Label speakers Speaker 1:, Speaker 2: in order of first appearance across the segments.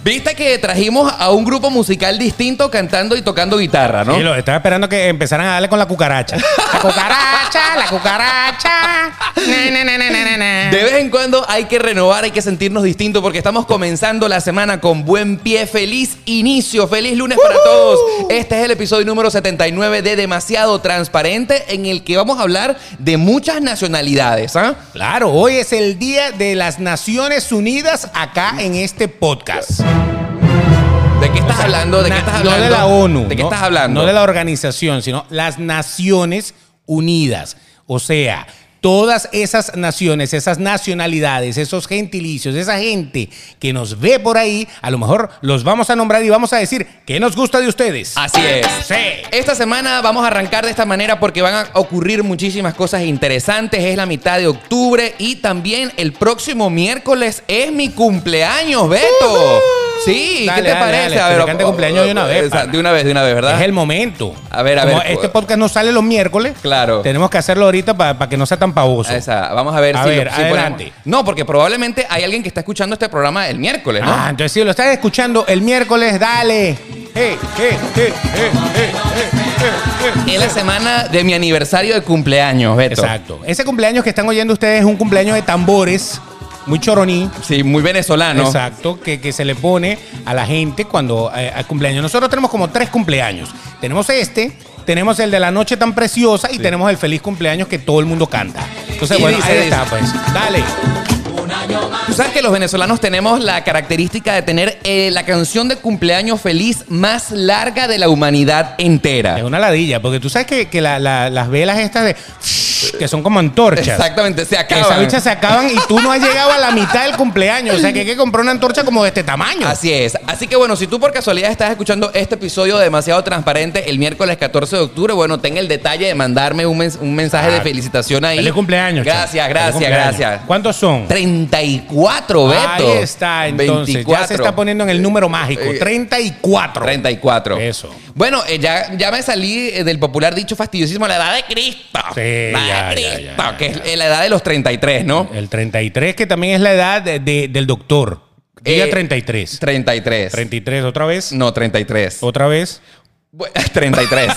Speaker 1: Viste que trajimos a un grupo musical distinto cantando y tocando guitarra, ¿no?
Speaker 2: Sí, lo estaba esperando que empezaran a darle con la cucaracha.
Speaker 3: La cucaracha, la cucaracha. Na, na, na, na, na, na, na.
Speaker 1: De vez en cuando hay que renovar, hay que sentirnos distintos porque estamos comenzando la semana con buen pie. Feliz inicio, feliz lunes para todos. Este es el episodio número 79 de Demasiado Transparente en el que vamos a hablar de muchas nacionalidades. ¿ah?
Speaker 2: Claro, hoy es el Día de las Naciones Unidas acá en este podcast.
Speaker 1: ¿De qué estás hablando? ¿De qué
Speaker 2: Na-
Speaker 1: estás hablando?
Speaker 2: No de la ONU.
Speaker 1: ¿De qué
Speaker 2: no-
Speaker 1: estás hablando?
Speaker 2: No de la organización, sino las Naciones Unidas. O sea, todas esas naciones, esas nacionalidades, esos gentilicios, esa gente que nos ve por ahí, a lo mejor los vamos a nombrar y vamos a decir qué nos gusta de ustedes.
Speaker 1: Así es.
Speaker 2: Sí.
Speaker 1: Esta semana vamos a arrancar de esta manera porque van a ocurrir muchísimas cosas interesantes. Es la mitad de octubre y también el próximo miércoles es mi cumpleaños, Beto. Sí,
Speaker 2: Uh-huh.
Speaker 1: ¿qué
Speaker 2: Dale,
Speaker 1: te
Speaker 2: dale,
Speaker 1: parece?
Speaker 2: dale, pero canta cumpleaños de una vez,
Speaker 1: esa-
Speaker 2: pana.
Speaker 1: De una vez, de una vez, ¿verdad?
Speaker 2: Es el momento.
Speaker 1: A ver, a
Speaker 2: Como
Speaker 1: ver.
Speaker 2: Este podcast no sale los miércoles.
Speaker 1: Claro. Ah,
Speaker 2: Tenemos que hacerlo ahorita para que no sea tan pavoso.
Speaker 1: Esa, Vamos a ver
Speaker 2: A
Speaker 1: si, lo-
Speaker 2: ver,
Speaker 1: si ponemos-
Speaker 2: adelante.
Speaker 1: No, porque probablemente hay alguien que está escuchando este programa el miércoles, ¿no?
Speaker 2: Ah, entonces si lo estás escuchando el miércoles, dale. Eh, eh, eh, eh, eh, eh, eh, eh.
Speaker 1: Es la semana de mi aniversario de cumpleaños, Beto.
Speaker 2: Exacto. Ese cumpleaños que están oyendo ustedes es un cumpleaños de tambores, muy choroní.
Speaker 1: Sí, muy venezolano.
Speaker 2: Exacto, que, que se le pone a la gente cuando eh, al cumpleaños. Nosotros tenemos como tres cumpleaños. Tenemos este, tenemos el de la noche tan preciosa y tenemos el feliz cumpleaños que todo el mundo canta. Entonces,
Speaker 1: Y
Speaker 2: bueno,
Speaker 1: dice,
Speaker 2: ahí
Speaker 1: dice.
Speaker 2: está, pues. Dale.
Speaker 1: Tú sabes que los venezolanos tenemos la característica de tener eh, la canción de cumpleaños feliz más larga de la humanidad
Speaker 2: Es
Speaker 1: entera.
Speaker 2: una ladilla, porque tú sabes que, que la- la- las velas estas de que son como antorchas.
Speaker 1: Exactamente, se
Speaker 2: Que esas
Speaker 1: acaba.
Speaker 2: bichas se acaban y tú no has llegado a la mitad del cumpleaños. O sea que hay que comprar una antorcha como de este tamaño.
Speaker 1: Así es. Así que bueno, si tú por casualidad estás escuchando este episodio de demasiado transparente el miércoles 14 de octubre, bueno, ten el detalle de mandarme un, mens- un mensaje de
Speaker 2: Claro.
Speaker 1: felicitación ahí.
Speaker 2: Feliz cumpleaños. chamo.
Speaker 1: Gracias,
Speaker 2: Feliz
Speaker 1: gracias,
Speaker 2: cumpleaños.
Speaker 1: gracias.
Speaker 2: ¿Cuántos son?
Speaker 1: 34, Beto.
Speaker 2: Ahí está, entonces. Ya se está poniendo en el número mágico.
Speaker 1: Eh,
Speaker 2: 34.
Speaker 1: 34.
Speaker 2: Eso.
Speaker 1: Bueno, eh, ya, ya me salí eh, del popular dicho fastidiosísimo la edad de Cristo. la
Speaker 2: Sí,
Speaker 1: edad de
Speaker 2: ya, ya,
Speaker 1: Cristo,
Speaker 2: ya, ya,
Speaker 1: que es eh, la edad de los 33, ¿no?
Speaker 2: El 33, que también es la edad de- de- del doctor. Diga
Speaker 1: Eh,
Speaker 2: 33.
Speaker 1: 33.
Speaker 2: 33, otra vez.
Speaker 1: No, 33.
Speaker 2: Otra vez.
Speaker 1: Bu- 33.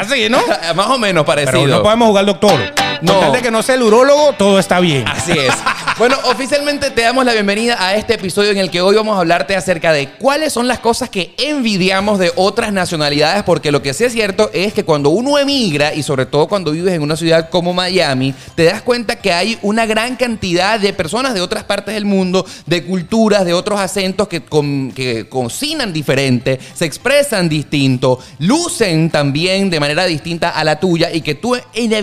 Speaker 2: Así, ¿no?
Speaker 1: Más o menos parecido.
Speaker 2: Pero no podemos jugar doctor. No.
Speaker 1: No.
Speaker 2: Con tal de que no sea el urólogo, todo está bien.
Speaker 1: Así es. Bueno, oficialmente te damos la bienvenida a este episodio en el que hoy vamos a hablarte acerca de cuáles son las cosas que envidiamos de otras nacionalidades, porque lo que sí es cierto es que cuando uno emigra, y sobre todo cuando vives en una ciudad como Miami, te das cuenta que hay una gran cantidad de personas de otras partes del mundo, de culturas, de otros acentos que, com- que cocinan diferente, se expresan distinto, lucen también de manera distinta a la tuya y que tú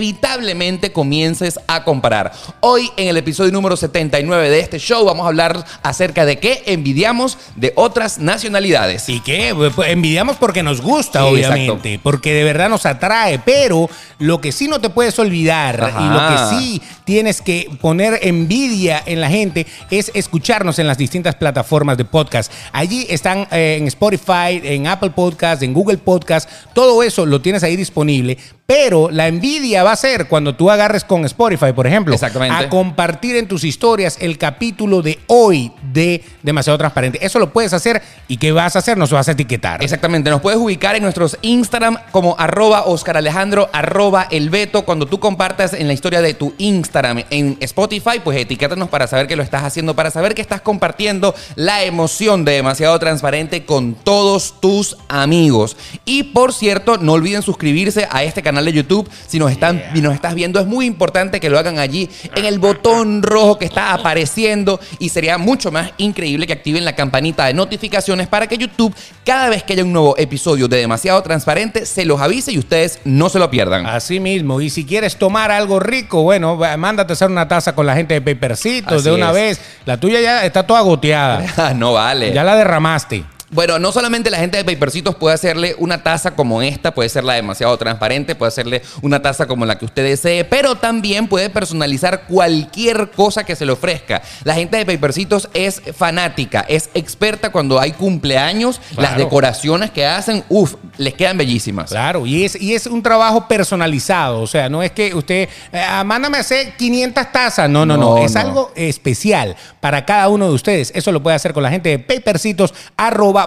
Speaker 1: inevitablemente comiences a comparar. Hoy en el episodio número 79 de este show vamos a hablar acerca de qué envidiamos de otras nacionalidades.
Speaker 2: ¿Y qué? Pues envidiamos porque nos gusta,
Speaker 1: Sí,
Speaker 2: obviamente, porque de verdad nos atrae, pero lo que sí no te puedes olvidar
Speaker 1: Ajá.
Speaker 2: y lo que sí tienes que poner envidia en la gente es escucharnos en las distintas plataformas de podcast. Allí están eh, en Spotify, en Apple Podcast, en Google Podcast, todo eso lo tienes ahí disponible. Pero la envidia va a ser cuando tú agarres con Spotify, por ejemplo,
Speaker 1: Exactamente.
Speaker 2: a compartir en tus historias el capítulo de hoy de Demasiado Transparente. Eso lo puedes hacer y ¿qué vas a hacer? Nos vas a etiquetar.
Speaker 1: Exactamente, nos puedes ubicar en nuestros Instagram como arroba Oscar Alejandro, arroba El Beto. Cuando tú compartas en la historia de tu Instagram en Spotify, pues etiquétanos para saber que lo estás haciendo, para saber que estás compartiendo la emoción de Demasiado Transparente con todos tus amigos. Y por cierto, no olviden suscribirse a este canal de YouTube. Si nos, están, si nos estás viendo, es muy importante que lo hagan allí en el botón rojo que está apareciendo y sería mucho más increíble que activen la campanita de notificaciones para que YouTube cada vez que haya un nuevo episodio de Demasiado Transparente se los avise y ustedes no se lo pierdan.
Speaker 2: Así mismo, y si quieres tomar algo rico, bueno, va- mándate a hacer una taza con la gente de Papercitos
Speaker 1: Así
Speaker 2: de una
Speaker 1: es.
Speaker 2: vez. La tuya ya está toda goteada.
Speaker 1: no vale.
Speaker 2: ya la derramaste.
Speaker 1: Bueno, no solamente la gente de Papercitos puede hacerle una taza como esta, puede serla demasiado transparente, puede hacerle una taza como la que usted desee, pero también puede personalizar cualquier cosa que se le ofrezca. La gente de Papercitos es fanática, es experta cuando hay cumpleaños, las
Speaker 2: Claro.
Speaker 1: decoraciones que hacen, uff, les quedan bellísimas.
Speaker 2: Claro, y es, y es un trabajo personalizado, o sea, no es que usted, eh, ah, mándame a hacer 500 tazas, no, no, no,
Speaker 1: No,
Speaker 2: es
Speaker 1: no.
Speaker 2: algo especial para cada uno de ustedes. Eso lo puede hacer con la gente de papercitos, arroba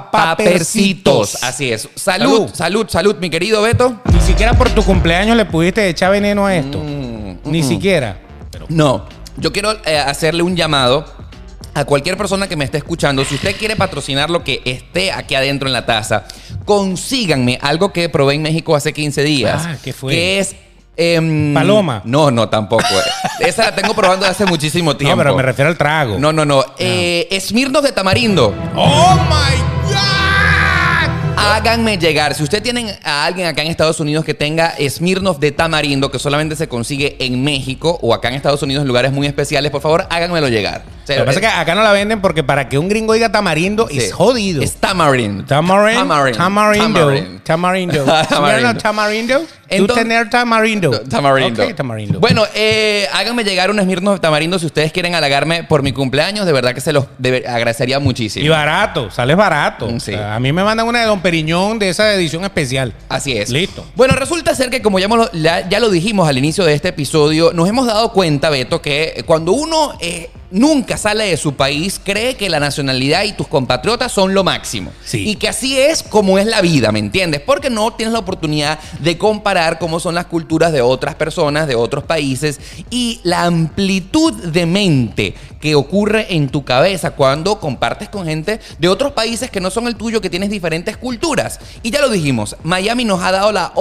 Speaker 2: papercitos.
Speaker 1: Papercitos. Así es. Salud,
Speaker 2: Salud.
Speaker 1: salud, salud, mi querido Beto.
Speaker 2: Ni siquiera por tu cumpleaños le pudiste echar veneno a
Speaker 1: Mm,
Speaker 2: esto, ni siquiera.
Speaker 1: No, yo quiero eh, hacerle un llamado a cualquier persona que me esté escuchando. Si usted quiere patrocinar lo que esté aquí adentro en la taza, consíganme algo que probé en México hace 15 días.
Speaker 2: Ah, ¿qué fue?
Speaker 1: Que es... em,
Speaker 2: Paloma.
Speaker 1: No, no, tampoco. Esa la tengo probando hace muchísimo tiempo.
Speaker 2: No, pero me refiero al trago.
Speaker 1: No, no, no. Eh, Esmirnos de tamarindo.
Speaker 2: ¡Oh, my God!
Speaker 1: Háganme llegar. Si ustedes tienen a alguien acá en Estados Unidos que tenga Smirnoff de tamarindo, que solamente se consigue en México o acá en Estados Unidos en lugares muy especiales, por favor, háganmelo llegar. O sea,
Speaker 2: Lo que pasa es que acá no la venden porque para que un gringo diga tamarindo
Speaker 1: sí.
Speaker 2: es jodido.
Speaker 1: Es tamarind.
Speaker 2: Tamarind,
Speaker 1: Tamarind.
Speaker 2: tamarindo,
Speaker 1: Tamarind.
Speaker 2: tamarindo.
Speaker 1: Tamarindo.
Speaker 2: Tamarindo. tamarindo. Tú
Speaker 1: Entonces-
Speaker 2: tener tamarindo.
Speaker 1: Tamarindo.
Speaker 2: Ok, tamarindo.
Speaker 1: Bueno, eh, háganme llegar un Smirnoff de tamarindo si ustedes quieren halagarme por mi cumpleaños. De verdad que se los debe- agradecería muchísimo.
Speaker 2: y barato, sales barato.
Speaker 1: Mm, sí.
Speaker 2: O sea, a mí me mandan una de Don Periñón de esa edición especial.
Speaker 1: Así es.
Speaker 2: Listo.
Speaker 1: Bueno, resulta ser que, como ya, mo- la- ya lo dijimos al inicio de este episodio, nos hemos dado cuenta, Beto, que cuando uno eh, nunca sale de su país, cree que la nacionalidad y tus compatriotas son lo máximo.
Speaker 2: Sí.
Speaker 1: Y que así es como es la vida, ¿me entiendes? Porque no tienes la oportunidad de comparar cómo son las culturas de otras personas, de otros países, y la amplitud de mente que ocurre en tu cabeza cuando compartes con gente de otros países que no son el tuyo, que tienes diferentes culturas. Y ya lo dijimos, Miami nos ha dado la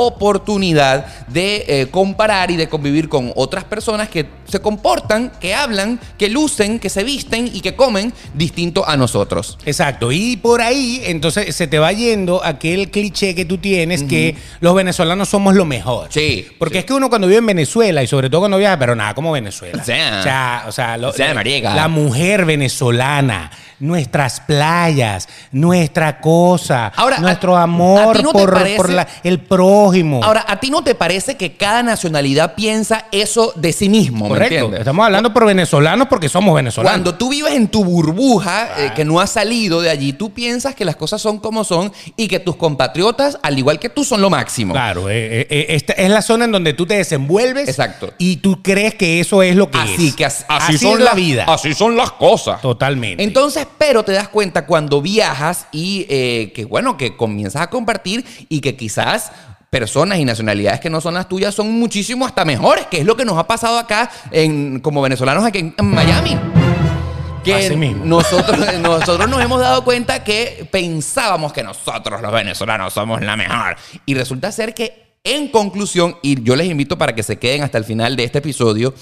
Speaker 1: oportunidad de eh, comparar y de convivir con otras personas que se comportan, que hablan, que lucen, que se visten y que comen distinto a nosotros.
Speaker 2: Exacto. Y por ahí, entonces, se te va yendo aquel cliché que tú tienes que los venezolanos somos lo mejor.
Speaker 1: Sí,
Speaker 2: Porque
Speaker 1: sí.
Speaker 2: es que uno cuando vive en Venezuela, y sobre todo cuando viaja, pero nada como Venezuela.
Speaker 1: O sea.
Speaker 2: o sea, o sea, lo-
Speaker 1: O sea,
Speaker 2: la-
Speaker 1: marica.
Speaker 2: la mujer venezolana. Nuestras playas, nuestra cosa,
Speaker 1: Ahora,
Speaker 2: nuestro
Speaker 1: a- ¿a
Speaker 2: amor
Speaker 1: ti no te
Speaker 2: por,
Speaker 1: parece-
Speaker 2: por la- el prójimo.
Speaker 1: Ahora, ¿a ti no te parece que cada nacionalidad piensa eso de sí mismo? ¿me
Speaker 2: Correcto.
Speaker 1: entiendes?
Speaker 2: Estamos hablando por venezolanos porque somos venezolanos.
Speaker 1: Cuando tú vives en tu burbuja, eh, que no has salido de allí, tú piensas que las cosas son como son y que tus compatriotas, al igual que tú, son lo máximo.
Speaker 2: Claro, eh, eh, eh, esta es la zona en donde tú te desenvuelves.
Speaker 1: Exacto.
Speaker 2: Y tú crees que eso es lo que
Speaker 1: Así
Speaker 2: es.
Speaker 1: que as-
Speaker 2: así,
Speaker 1: así
Speaker 2: es
Speaker 1: son
Speaker 2: la
Speaker 1: las-
Speaker 2: vida.
Speaker 4: Así son las cosas.
Speaker 2: Totalmente.
Speaker 1: Entonces, pero te das cuenta cuando viajas y eh, que, bueno, que comienzas a compartir y que quizás personas y nacionalidades que no son las tuyas son muchísimo hasta mejores, que es lo que nos ha pasado acá en, como venezolanos aquí en, en Miami. Que
Speaker 2: Así mismo.
Speaker 1: Nosotros, nosotros nos hemos dado cuenta que pensábamos que nosotros los venezolanos somos la mejor. Y resulta ser que en conclusión, y yo les invito para que se queden hasta el final de este episodio,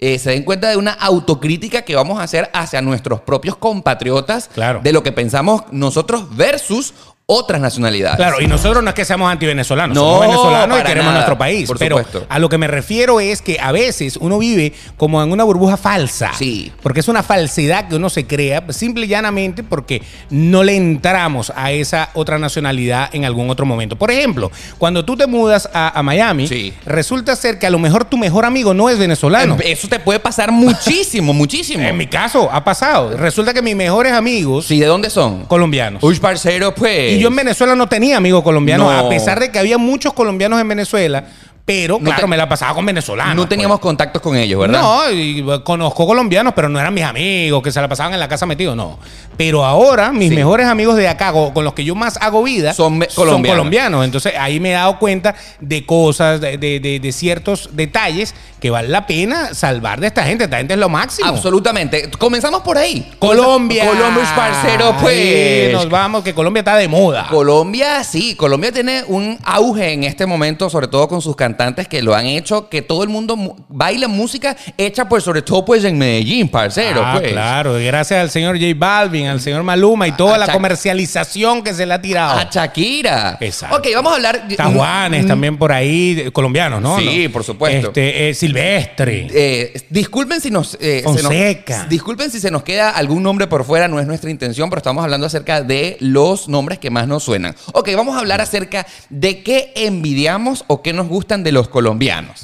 Speaker 1: eh, se den cuenta de una autocrítica que vamos a hacer hacia nuestros propios compatriotas
Speaker 2: Claro.
Speaker 1: de lo que pensamos nosotros versus otras nacionalidades.
Speaker 2: Claro, y nosotros no es que seamos antivenezolanos,
Speaker 1: No,
Speaker 2: somos venezolanos y
Speaker 1: para
Speaker 2: queremos
Speaker 1: nada,
Speaker 2: nuestro país.
Speaker 1: por
Speaker 2: pero
Speaker 1: supuesto.
Speaker 2: a lo que me refiero es que a veces uno vive como en una burbuja falsa.
Speaker 1: Sí.
Speaker 2: Porque es una falsedad que uno se crea simple y llanamente porque no le entramos a esa otra nacionalidad en algún otro momento. Por ejemplo, cuando tú te mudas a, a Miami,
Speaker 1: Sí.
Speaker 2: resulta ser que a lo mejor tu mejor amigo no es venezolano.
Speaker 1: Em, Eso te puede pasar muchísimo, muchísimo.
Speaker 2: En mi caso, ha pasado. Resulta que mis mejores amigos
Speaker 1: Sí, ¿de dónde son?
Speaker 2: colombianos.
Speaker 1: Uy, parcero, pues.
Speaker 2: Y yo en Venezuela no tenía amigos colombianos,
Speaker 1: No.
Speaker 2: a pesar de que había muchos colombianos en Venezuela, pero
Speaker 1: No
Speaker 2: claro,
Speaker 1: te-
Speaker 2: me la pasaba con venezolanos.
Speaker 1: Ah, No teníamos contactos con ellos,
Speaker 2: pues.
Speaker 1: ¿verdad?
Speaker 2: No, y, bueno, conozco colombianos, pero no eran mis amigos, que se la pasaban en la casa metidos, no. Pero ahora, mis
Speaker 1: Sí.
Speaker 2: mejores amigos de acá, go- con los que yo más hago vida,
Speaker 1: Son ve- colombianos.
Speaker 2: colombianos. Entonces ahí me he dado cuenta de cosas, de, de- de- de ciertos detalles que vale la pena salvar de esta gente. Esta gente es lo máximo.
Speaker 1: Absolutamente. Comenzamos por ahí.
Speaker 2: Colombia.
Speaker 1: Colombia es Ah, parcero, pues.
Speaker 2: Ahí nos vamos, que Colombia está de moda.
Speaker 1: Colombia, sí, Colombia tiene un auge en este momento, sobre todo con sus cantantes que lo han hecho, que todo el mundo mu- baila música hecha, pues, sobre todo, pues, en Medellín, parcero.
Speaker 2: Ah,
Speaker 1: pues.
Speaker 2: claro, y gracias al señor J Balvin, al señor Maluma y toda
Speaker 1: a
Speaker 2: la
Speaker 1: Shak-
Speaker 2: comercialización que se le ha tirado.
Speaker 1: A Shakira.
Speaker 2: Exacto.
Speaker 1: Ok, vamos a hablar.
Speaker 2: Tahuanes también por ahí, de- colombianos, ¿no?
Speaker 1: Mm. Sí,
Speaker 2: ¿No?
Speaker 1: por supuesto.
Speaker 2: Este, eh, Silvestre.
Speaker 1: Eh, disculpen si nos, eh, se nos-
Speaker 2: Fonseca.
Speaker 1: disculpen si se nos queda algún nombre por fuera, no es nuestra intención, pero estamos hablando acerca de los nombres que más nos suenan. Ok, vamos a hablar acerca de qué envidiamos o qué nos gustan de los colombianos.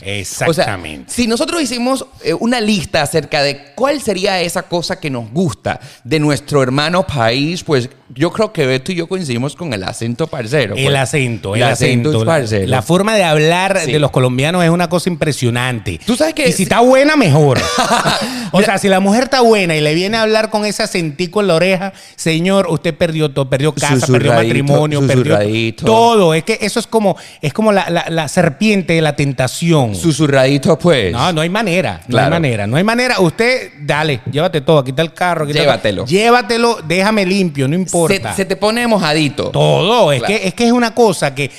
Speaker 1: O
Speaker 2: Exactamente.
Speaker 1: sea, si nosotros hicimos eh, una lista acerca de cuál sería esa cosa que nos gusta de nuestro hermano país, pues yo creo que Beto y yo coincidimos con el acento parcero.
Speaker 2: El
Speaker 1: pues.
Speaker 2: acento, el,
Speaker 1: el acento,
Speaker 2: acento.
Speaker 1: es parcero.
Speaker 2: la forma de hablar
Speaker 1: Sí.
Speaker 2: de los colombianos es una cosa impresionante.
Speaker 1: Tú sabes que-
Speaker 2: Y si está buena, mejor. o sea, si la mujer está buena y le viene a hablar con ese acentico en la oreja, señor, usted perdió todo, perdió casa, perdió
Speaker 1: Susurradito,
Speaker 2: matrimonio, perdió
Speaker 1: susurradito.
Speaker 2: todo. Es que eso es como, es como la, la- la serpiente de la tentación.
Speaker 1: Susurradito, pues.
Speaker 2: No, no hay manera. No hay
Speaker 1: Claro.
Speaker 2: manera. No hay manera. Usted, dale, llévate todo. Aquí está el carro. aquí está-
Speaker 1: Llévatelo.
Speaker 2: Llévatelo, déjame limpio, no
Speaker 1: se,
Speaker 2: importa.
Speaker 1: se te pone mojadito.
Speaker 2: Todo. Es,
Speaker 1: Claro.
Speaker 2: que, es que es una cosa que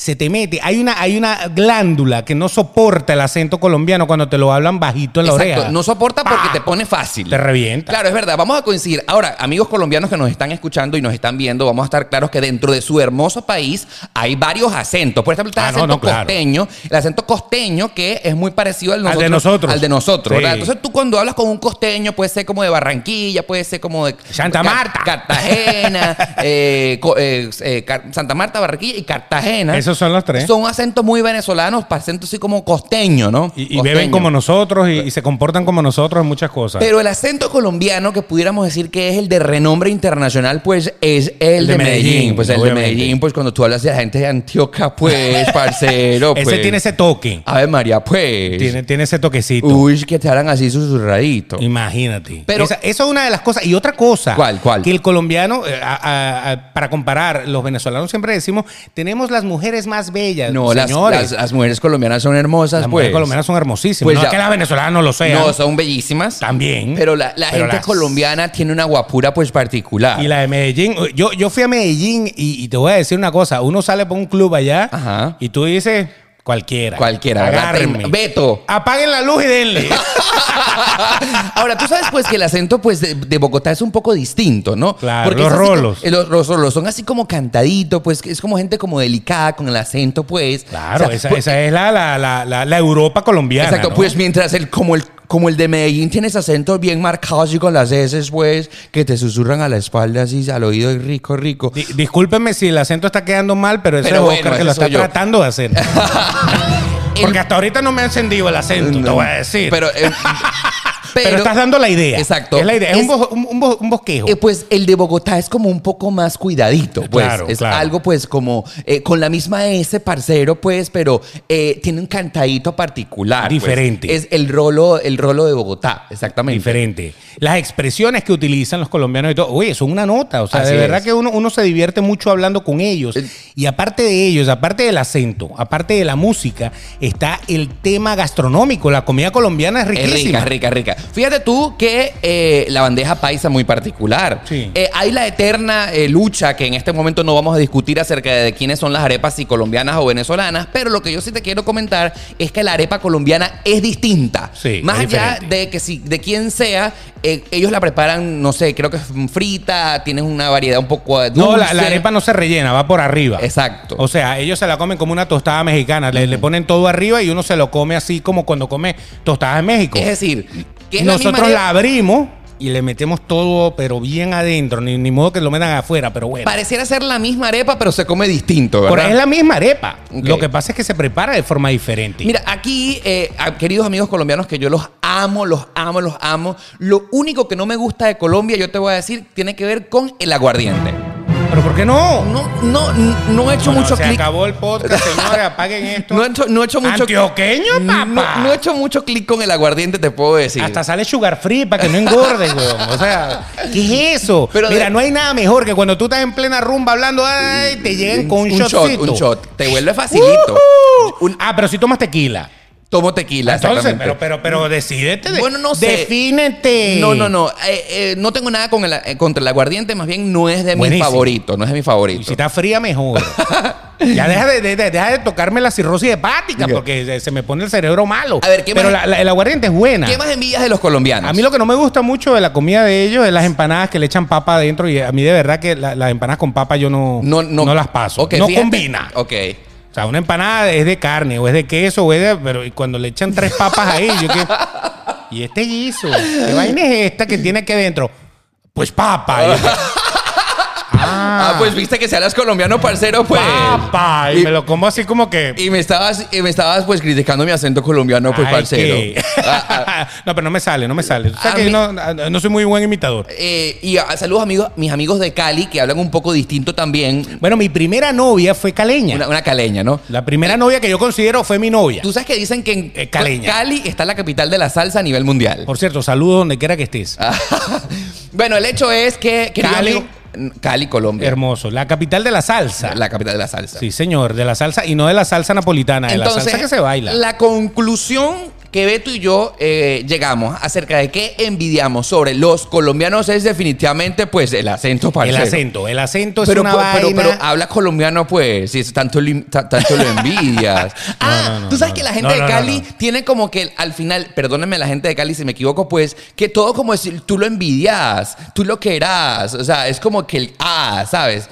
Speaker 2: se te mete. Hay una, hay una glándula que no soporta el acento colombiano cuando te lo hablan bajito en la
Speaker 1: Exacto,
Speaker 2: oreja.
Speaker 1: No soporta porque
Speaker 2: ¡Pah!
Speaker 1: te pone fácil.
Speaker 2: Te revienta.
Speaker 1: Claro, es verdad. Vamos a coincidir. Ahora, amigos colombianos que nos están escuchando y nos están viendo, vamos a estar claros que dentro de su hermoso país hay varios acentos. Por ejemplo, está
Speaker 2: Ah,
Speaker 1: el acento
Speaker 2: no, no, claro.
Speaker 1: costeño. El acento costeño que es muy parecido al,
Speaker 2: Al de nosotros.
Speaker 1: Al de nosotros,
Speaker 2: Sí.
Speaker 1: ¿verdad? Entonces tú cuando hablas con un costeño, puede ser como de Barranquilla, puede ser como de...
Speaker 2: Santa
Speaker 1: Ca-
Speaker 2: Marta.
Speaker 1: Cartagena, eh, co- eh, eh, Car- Santa Marta, Barranquilla y Cartagena.
Speaker 2: Esos son los tres.
Speaker 1: Son acentos muy venezolanos, acentos así como costeño, ¿no?
Speaker 2: Y, y beben
Speaker 1: Costeño.
Speaker 2: como nosotros y, y se comportan como nosotros en muchas cosas.
Speaker 1: Pero el acento colombiano que pudiéramos decir que es el de renombre internacional, pues es el,
Speaker 2: El de
Speaker 1: de, Medellín.
Speaker 2: Medellín,
Speaker 1: Pues el
Speaker 2: obviamente.
Speaker 1: de Medellín, pues cuando tú hablas de la gente de Antioquia, pues, parcero, pues.
Speaker 2: ese tiene ese toque.
Speaker 1: Ave María, pues.
Speaker 2: Tiene, tiene ese toquecito.
Speaker 1: Uy, que te harán así susurradito.
Speaker 2: Imagínate.
Speaker 1: Pero-
Speaker 2: Esa- eso es una de las cosas. Y otra cosa.
Speaker 1: ¿Cuál, cuál?
Speaker 2: Que el colombiano, eh, a- a- a- para comparar, los venezolanos siempre decimos, tenemos las mujeres más bellas.
Speaker 1: No, las,
Speaker 2: señores.
Speaker 1: las- las mujeres colombianas son hermosas,
Speaker 2: Las
Speaker 1: pues.
Speaker 2: mujeres colombianas son hermosísimas.
Speaker 1: Pues
Speaker 2: no es
Speaker 1: ya-
Speaker 2: que las venezolanas no lo sean.
Speaker 1: No, son bellísimas.
Speaker 2: También.
Speaker 1: Pero la, la
Speaker 2: Pero
Speaker 1: gente
Speaker 2: las-
Speaker 1: colombiana tiene una guapura, pues, particular.
Speaker 2: Y la de Medellín, yo, yo fui a Medellín y, y te voy a decir una cosa, uno sale por un club allá
Speaker 1: Ajá.
Speaker 2: y tú dices, cualquiera.
Speaker 1: Cualquiera, ¿verdad?
Speaker 2: Agárrenme.
Speaker 1: Beto.
Speaker 2: Apaguen la luz y denle.
Speaker 1: Ahora, tú sabes pues que el acento pues de, de Bogotá es un poco distinto, ¿no?
Speaker 2: Claro,
Speaker 1: es
Speaker 2: los
Speaker 1: así como-
Speaker 2: rolos.
Speaker 1: eh, los, los rolos son así como cantadito, pues que es como gente como delicada con el acento, pues.
Speaker 2: claro,
Speaker 1: O sea,
Speaker 2: esa,
Speaker 1: pues,
Speaker 2: esa es la, la, la, la, la Europa colombiana.
Speaker 1: Exacto,
Speaker 2: ¿no?
Speaker 1: pues mientras el como el como el de Medellín tienes acentos bien marcados y con las heces, pues, que te susurran a la espalda así al oído y rico, rico.
Speaker 2: Di- discúlpenme si el acento está quedando mal, pero eso
Speaker 1: Pero
Speaker 2: es
Speaker 1: bueno,
Speaker 2: Oscar que lo
Speaker 1: ese
Speaker 2: está
Speaker 1: soy yo.
Speaker 2: tratando de hacer.
Speaker 1: El-
Speaker 2: Porque hasta ahorita no me ha encendido el acento, te voy a decir. Pero,
Speaker 1: Pero, eh,
Speaker 2: estás dando la idea.
Speaker 1: Exacto.
Speaker 2: Es la idea. Es, un,
Speaker 1: Es-
Speaker 2: bo- un- un bo- un bosquejo.
Speaker 1: Eh, pues el de Bogotá es como un poco más cuidadito, pues.
Speaker 2: Claro,
Speaker 1: es
Speaker 2: claro.
Speaker 1: algo, pues, como eh, con la misma S, parcero, pues, pero eh, tiene un cantadito particular. pues.
Speaker 2: Diferente.
Speaker 1: Es el rolo, el rolo de Bogotá, exactamente.
Speaker 2: Diferente. Las expresiones que utilizan los colombianos y todo, oye, son una nota. O sea,
Speaker 1: Así
Speaker 2: de
Speaker 1: es.
Speaker 2: verdad que uno, uno se divierte mucho hablando con ellos.
Speaker 1: El-
Speaker 2: Y aparte de ellos, aparte del acento, aparte de la música, está el tema gastronómico. La comida colombiana es
Speaker 1: Es
Speaker 2: riquísima.
Speaker 1: rica, rica, rica. Fíjate tú que eh, la bandeja paisa muy particular.
Speaker 2: Sí.
Speaker 1: Eh, hay la eterna eh, lucha que en este momento no vamos a discutir acerca de quiénes son las arepas, si colombianas o venezolanas, pero lo que yo sí te quiero comentar es que la arepa colombiana es distinta.
Speaker 2: Sí,
Speaker 1: Más
Speaker 2: es
Speaker 1: allá
Speaker 2: diferente.
Speaker 1: de que si de quién sea, eh, ellos la preparan, no sé, creo que es frita, tienes una variedad un poco de
Speaker 2: No,
Speaker 1: dulce.
Speaker 2: la, la arepa no se rellena, va por arriba.
Speaker 1: Exacto.
Speaker 2: O sea, ellos se la comen como una tostada mexicana. Le, le ponen todo arriba y uno se lo come así como cuando come tostadas en México.
Speaker 1: Es decir, que es la misma
Speaker 2: Nosotros
Speaker 1: arepa-
Speaker 2: la abrimos y le metemos todo, pero bien adentro. Ni, ni modo que lo metan afuera, pero bueno.
Speaker 1: pareciera ser la misma arepa, pero se come distinto, ¿verdad?
Speaker 2: Por ahí es la misma arepa.
Speaker 1: Ok.
Speaker 2: Lo que pasa es que se prepara de forma diferente.
Speaker 1: Mira, aquí, eh, a- queridos amigos colombianos, que yo los amo, los amo, los amo. Lo único que no me gusta de Colombia, yo te voy a decir, tiene que ver con el aguardiente.
Speaker 2: pero ¿por qué no?
Speaker 1: No, no, no he hecho
Speaker 2: Bueno,
Speaker 1: mucho
Speaker 2: se
Speaker 1: clic.
Speaker 2: acabó el podcast, señores. apaguen esto.
Speaker 1: No he hecho, no he hecho mucho Mm,
Speaker 2: Antioqueño,
Speaker 1: No-
Speaker 2: papá.
Speaker 1: No, he hecho mucho clic con el aguardiente, te puedo decir.
Speaker 2: Hasta sale sugar free para que no engordes, weón. O sea, ¿qué es eso?
Speaker 1: Pero
Speaker 2: Mira,
Speaker 1: de-
Speaker 2: no hay nada mejor que cuando tú estás en plena rumba hablando, ay, te lleguen con un,
Speaker 1: un shot,
Speaker 2: shotcito.
Speaker 1: un shot. Te vuelve facilito.
Speaker 2: ¡Ujú!
Speaker 1: Un-
Speaker 2: ah, pero si tomas tequila.
Speaker 1: tomo tequila.
Speaker 2: Entonces,
Speaker 1: exactamente.
Speaker 2: pero, pero, pero decídete. de-
Speaker 1: Bueno, no sé.
Speaker 2: Defínete.
Speaker 1: No, no, no. Eh, eh, no tengo nada con el, eh, contra el aguardiente, más bien no es de mi
Speaker 2: Buenísimo.
Speaker 1: favorito, no es de mi
Speaker 2: Y si
Speaker 1: favorito.
Speaker 2: está fría, mejor. ya deja de, de- de- deja de tocarme la cirrosis hepática
Speaker 1: Diga.
Speaker 2: porque se- se me pone el cerebro malo.
Speaker 1: A ver, ¿qué
Speaker 2: Pero
Speaker 1: más-
Speaker 2: la- la- el aguardiente es buena.
Speaker 1: ¿Qué más envidias de los colombianos?
Speaker 2: A mí lo que no me gusta mucho de la comida de ellos es las empanadas que le echan papa adentro. Y a mí de verdad que la- las empanadas con papa yo no, no, las paso.
Speaker 1: Ok,
Speaker 2: no
Speaker 1: fíjate.
Speaker 2: combina.
Speaker 1: Ok.
Speaker 2: O sea, una empanada es de carne o es de queso o es de... Pero y cuando le echan tres papas ahí, yo que... ¿Y este guiso? ¿Qué vaina es esta que tiene aquí adentro? Pues papa. Y yo que,
Speaker 1: Ah, pues viste que seas colombiano, parcero, pues.
Speaker 2: papa. Y,
Speaker 1: Y-
Speaker 2: me lo como así como que...
Speaker 1: Y me estabas, y me estabas pues criticando mi acento colombiano, pues,
Speaker 2: Ay,
Speaker 1: parcero.
Speaker 2: qué.
Speaker 1: Ah, ah,
Speaker 2: no, pero no me sale, no me sale. O sea
Speaker 1: A
Speaker 2: que
Speaker 1: mí-
Speaker 2: no, ah, no soy muy buen imitador.
Speaker 1: eh, y ah, saludos amigos, mis amigos de Cali que hablan un poco distinto también.
Speaker 2: Bueno, mi primera novia fue caleña.
Speaker 1: Una, una caleña, ¿no?
Speaker 2: La primera novia que yo considero fue mi novia.
Speaker 1: Eh, Tú sabes que dicen que en
Speaker 2: Eh, caleña.
Speaker 1: Cali está la capital de la salsa a nivel mundial.
Speaker 2: Por cierto, saludos donde quiera que estés.
Speaker 1: Ah, bueno, el hecho es que querido
Speaker 2: Cali.
Speaker 1: amigo- Cali, Colombia,
Speaker 2: Hermoso. La capital de la salsa.
Speaker 1: la capital de la salsa.
Speaker 2: Sí, señor, de la salsa y no de la salsa napolitana, de la salsa que se baila.
Speaker 1: La conclusión que Beto y yo eh, llegamos acerca de qué envidiamos sobre los colombianos es definitivamente pues el acento
Speaker 2: el
Speaker 1: parcero.
Speaker 2: acento, el acento es
Speaker 1: Pero,
Speaker 2: una
Speaker 1: pero, pero,
Speaker 2: vaina.
Speaker 1: pero ah, habla colombiano, pues, si es tanto, lo, ta- tanto lo envidias. ah,
Speaker 2: no, no,
Speaker 1: tú sabes
Speaker 2: no,
Speaker 1: que la
Speaker 2: no.
Speaker 1: gente
Speaker 2: No,
Speaker 1: de
Speaker 2: no, no,
Speaker 1: Cali
Speaker 2: no.
Speaker 1: tiene como que al final, perdónenme la gente de Cali si me equivoco, pues, que todo como decir, tú lo envidias, tú lo querás, o sea, es como que el, ah, ¿sabes?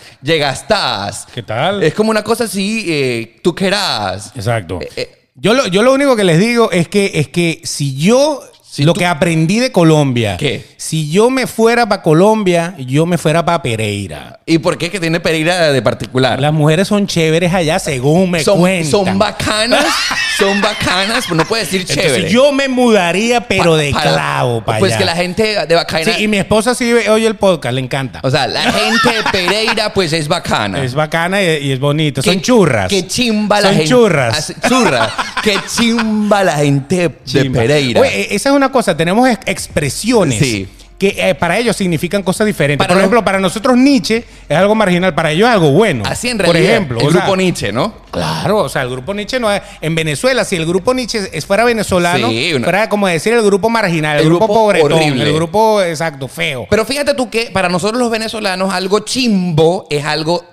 Speaker 1: Llegastás.
Speaker 2: ¿Qué tal?
Speaker 1: Es como una cosa así, eh, tú querás.
Speaker 2: Exacto.
Speaker 1: Eh, eh.
Speaker 2: yo, lo, yo lo único que les digo es que, es que si yo,
Speaker 1: Si
Speaker 2: lo
Speaker 1: tú-
Speaker 2: que aprendí de Colombia,
Speaker 1: ¿Qué?
Speaker 2: si yo me fuera para Colombia, yo me fuera para Pereira.
Speaker 1: ¿Y por qué que tiene Pereira de particular?
Speaker 2: Las mujeres son chéveres allá, según me
Speaker 1: Ah. son,
Speaker 2: cuentan.
Speaker 1: son bacanas, son bacanas, pero no puede decir
Speaker 2: Entonces,
Speaker 1: chévere.
Speaker 2: yo me mudaría, pero
Speaker 1: Pa-
Speaker 2: de
Speaker 1: para-
Speaker 2: clavo para
Speaker 1: Pues
Speaker 2: allá.
Speaker 1: que la gente de Bacaina...
Speaker 2: Sí, y mi esposa sí ve- oye el podcast, le encanta.
Speaker 1: O sea, la gente de Pereira, pues es bacana.
Speaker 2: es bacana y, y es bonito.
Speaker 1: Qué-
Speaker 2: Son churras.
Speaker 1: Qué chimba la
Speaker 2: Son
Speaker 1: gente.
Speaker 2: churras.
Speaker 1: Así- churras. Qué chimba la gente
Speaker 2: Chimba.
Speaker 1: de Pereira.
Speaker 2: Oye, eh, esa es una cosa. Tenemos ex- expresiones.
Speaker 1: Sí.
Speaker 2: Que eh, para ellos significan cosas diferentes.
Speaker 1: Para
Speaker 2: Por
Speaker 1: los-
Speaker 2: ejemplo, para nosotros Nietzsche es algo marginal, para ellos es algo bueno.
Speaker 1: Así en realidad.
Speaker 2: Por ejemplo,
Speaker 1: el
Speaker 2: o sea,
Speaker 1: grupo Nietzsche, ¿no?
Speaker 2: Claro, o sea, el grupo Nietzsche no es. En Venezuela, si el grupo Nietzsche es- fuera venezolano,
Speaker 1: Sí, una-
Speaker 2: fuera como decir el grupo marginal, el,
Speaker 1: El
Speaker 2: grupo,
Speaker 1: grupo
Speaker 2: pobretón,
Speaker 1: horrible.
Speaker 2: el grupo exacto, feo.
Speaker 1: Pero fíjate tú que para nosotros los venezolanos algo chimbo es algo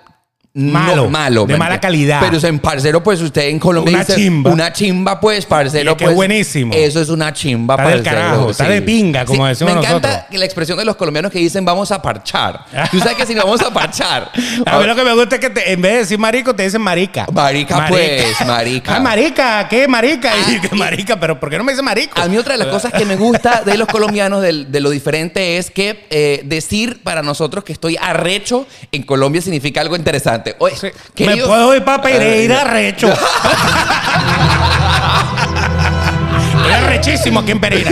Speaker 1: no-
Speaker 2: Malo,
Speaker 1: malo,
Speaker 2: de
Speaker 1: ¿me
Speaker 2: mala
Speaker 1: entiendes?
Speaker 2: calidad.
Speaker 1: Pero o sea, en parcero, pues usted en Colombia
Speaker 2: Una
Speaker 1: dice,
Speaker 2: chimba.
Speaker 1: una chimba, pues parcero,
Speaker 2: Y es que
Speaker 1: pues
Speaker 2: buenísimo.
Speaker 1: Eso es una chimba,
Speaker 2: Está del carajo, está de pinga, como decimos
Speaker 1: Me encanta
Speaker 2: nosotros.
Speaker 1: la expresión de los colombianos que dicen vamos a parchar. Tú sabes que si no vamos a parchar.
Speaker 2: A mí lo que me gusta es que te- en vez de decir marico, te dicen marica.
Speaker 1: Marica, pues, marica.
Speaker 2: Ah, marica, ¿qué marica?
Speaker 1: Ah,
Speaker 2: y que marica, pero ¿por qué no me dice marico?
Speaker 1: A mí otra de las cosas que me gusta de los colombianos, del- de, lo diferente, es que eh, decir para nosotros que estoy arrecho en Colombia significa algo interesante. Oye,
Speaker 2: Sí. Me
Speaker 1: querido- Eh,
Speaker 2: puedo ir para Pereira recho. Era rechísimo aquí en Pereira.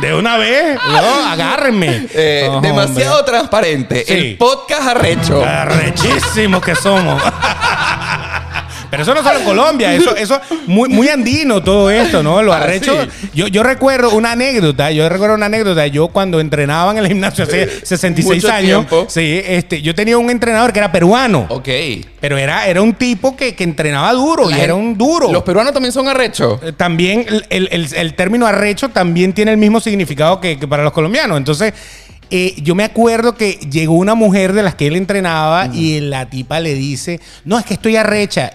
Speaker 2: De una vez, no, agárrenme.
Speaker 1: Eh,
Speaker 2: No,
Speaker 1: demasiado
Speaker 2: hombre.
Speaker 1: transparente.
Speaker 2: Sí. Ah.
Speaker 1: El podcast arrecho.
Speaker 2: Arrechísimos que somos. Pero eso no solo en Colombia, eso eso muy, muy andino todo esto, ¿no? Lo
Speaker 1: Ah,
Speaker 2: arrecho.
Speaker 1: sí.
Speaker 2: Yo, yo recuerdo una anécdota, yo recuerdo una anécdota, yo cuando entrenaba en el gimnasio hace 66
Speaker 1: Mucho
Speaker 2: años,
Speaker 1: tiempo.
Speaker 2: sí, este, yo tenía un entrenador que era peruano,
Speaker 1: Ok.
Speaker 2: pero era, era un tipo que, que entrenaba duro
Speaker 1: La
Speaker 2: y era
Speaker 1: gente-
Speaker 2: un duro.
Speaker 1: Los peruanos también son arrecho.
Speaker 2: Eh, también el, el- el- el término arrecho también tiene el mismo significado que, que para los colombianos. Entonces, eh, yo me acuerdo que llegó una mujer de las que él entrenaba y la tipa le dice, no, es que estoy arrecha.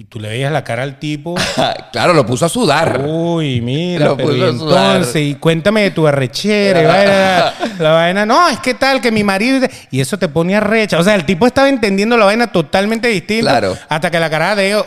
Speaker 2: Y tú le veías la cara al tipo.
Speaker 1: claro, lo puso a sudar.
Speaker 2: Uh. Uy, mira,
Speaker 1: Lo
Speaker 2: pero
Speaker 1: puso
Speaker 2: y
Speaker 1: a sudar.
Speaker 2: entonces, y cuéntame de tu arrechera, y vaina, la vaina, no, es que tal, que mi marido, y eso te pone arrecha. O sea, el tipo estaba entendiendo la vaina totalmente distinta.
Speaker 1: Claro.
Speaker 2: Hasta que la cara de ellos,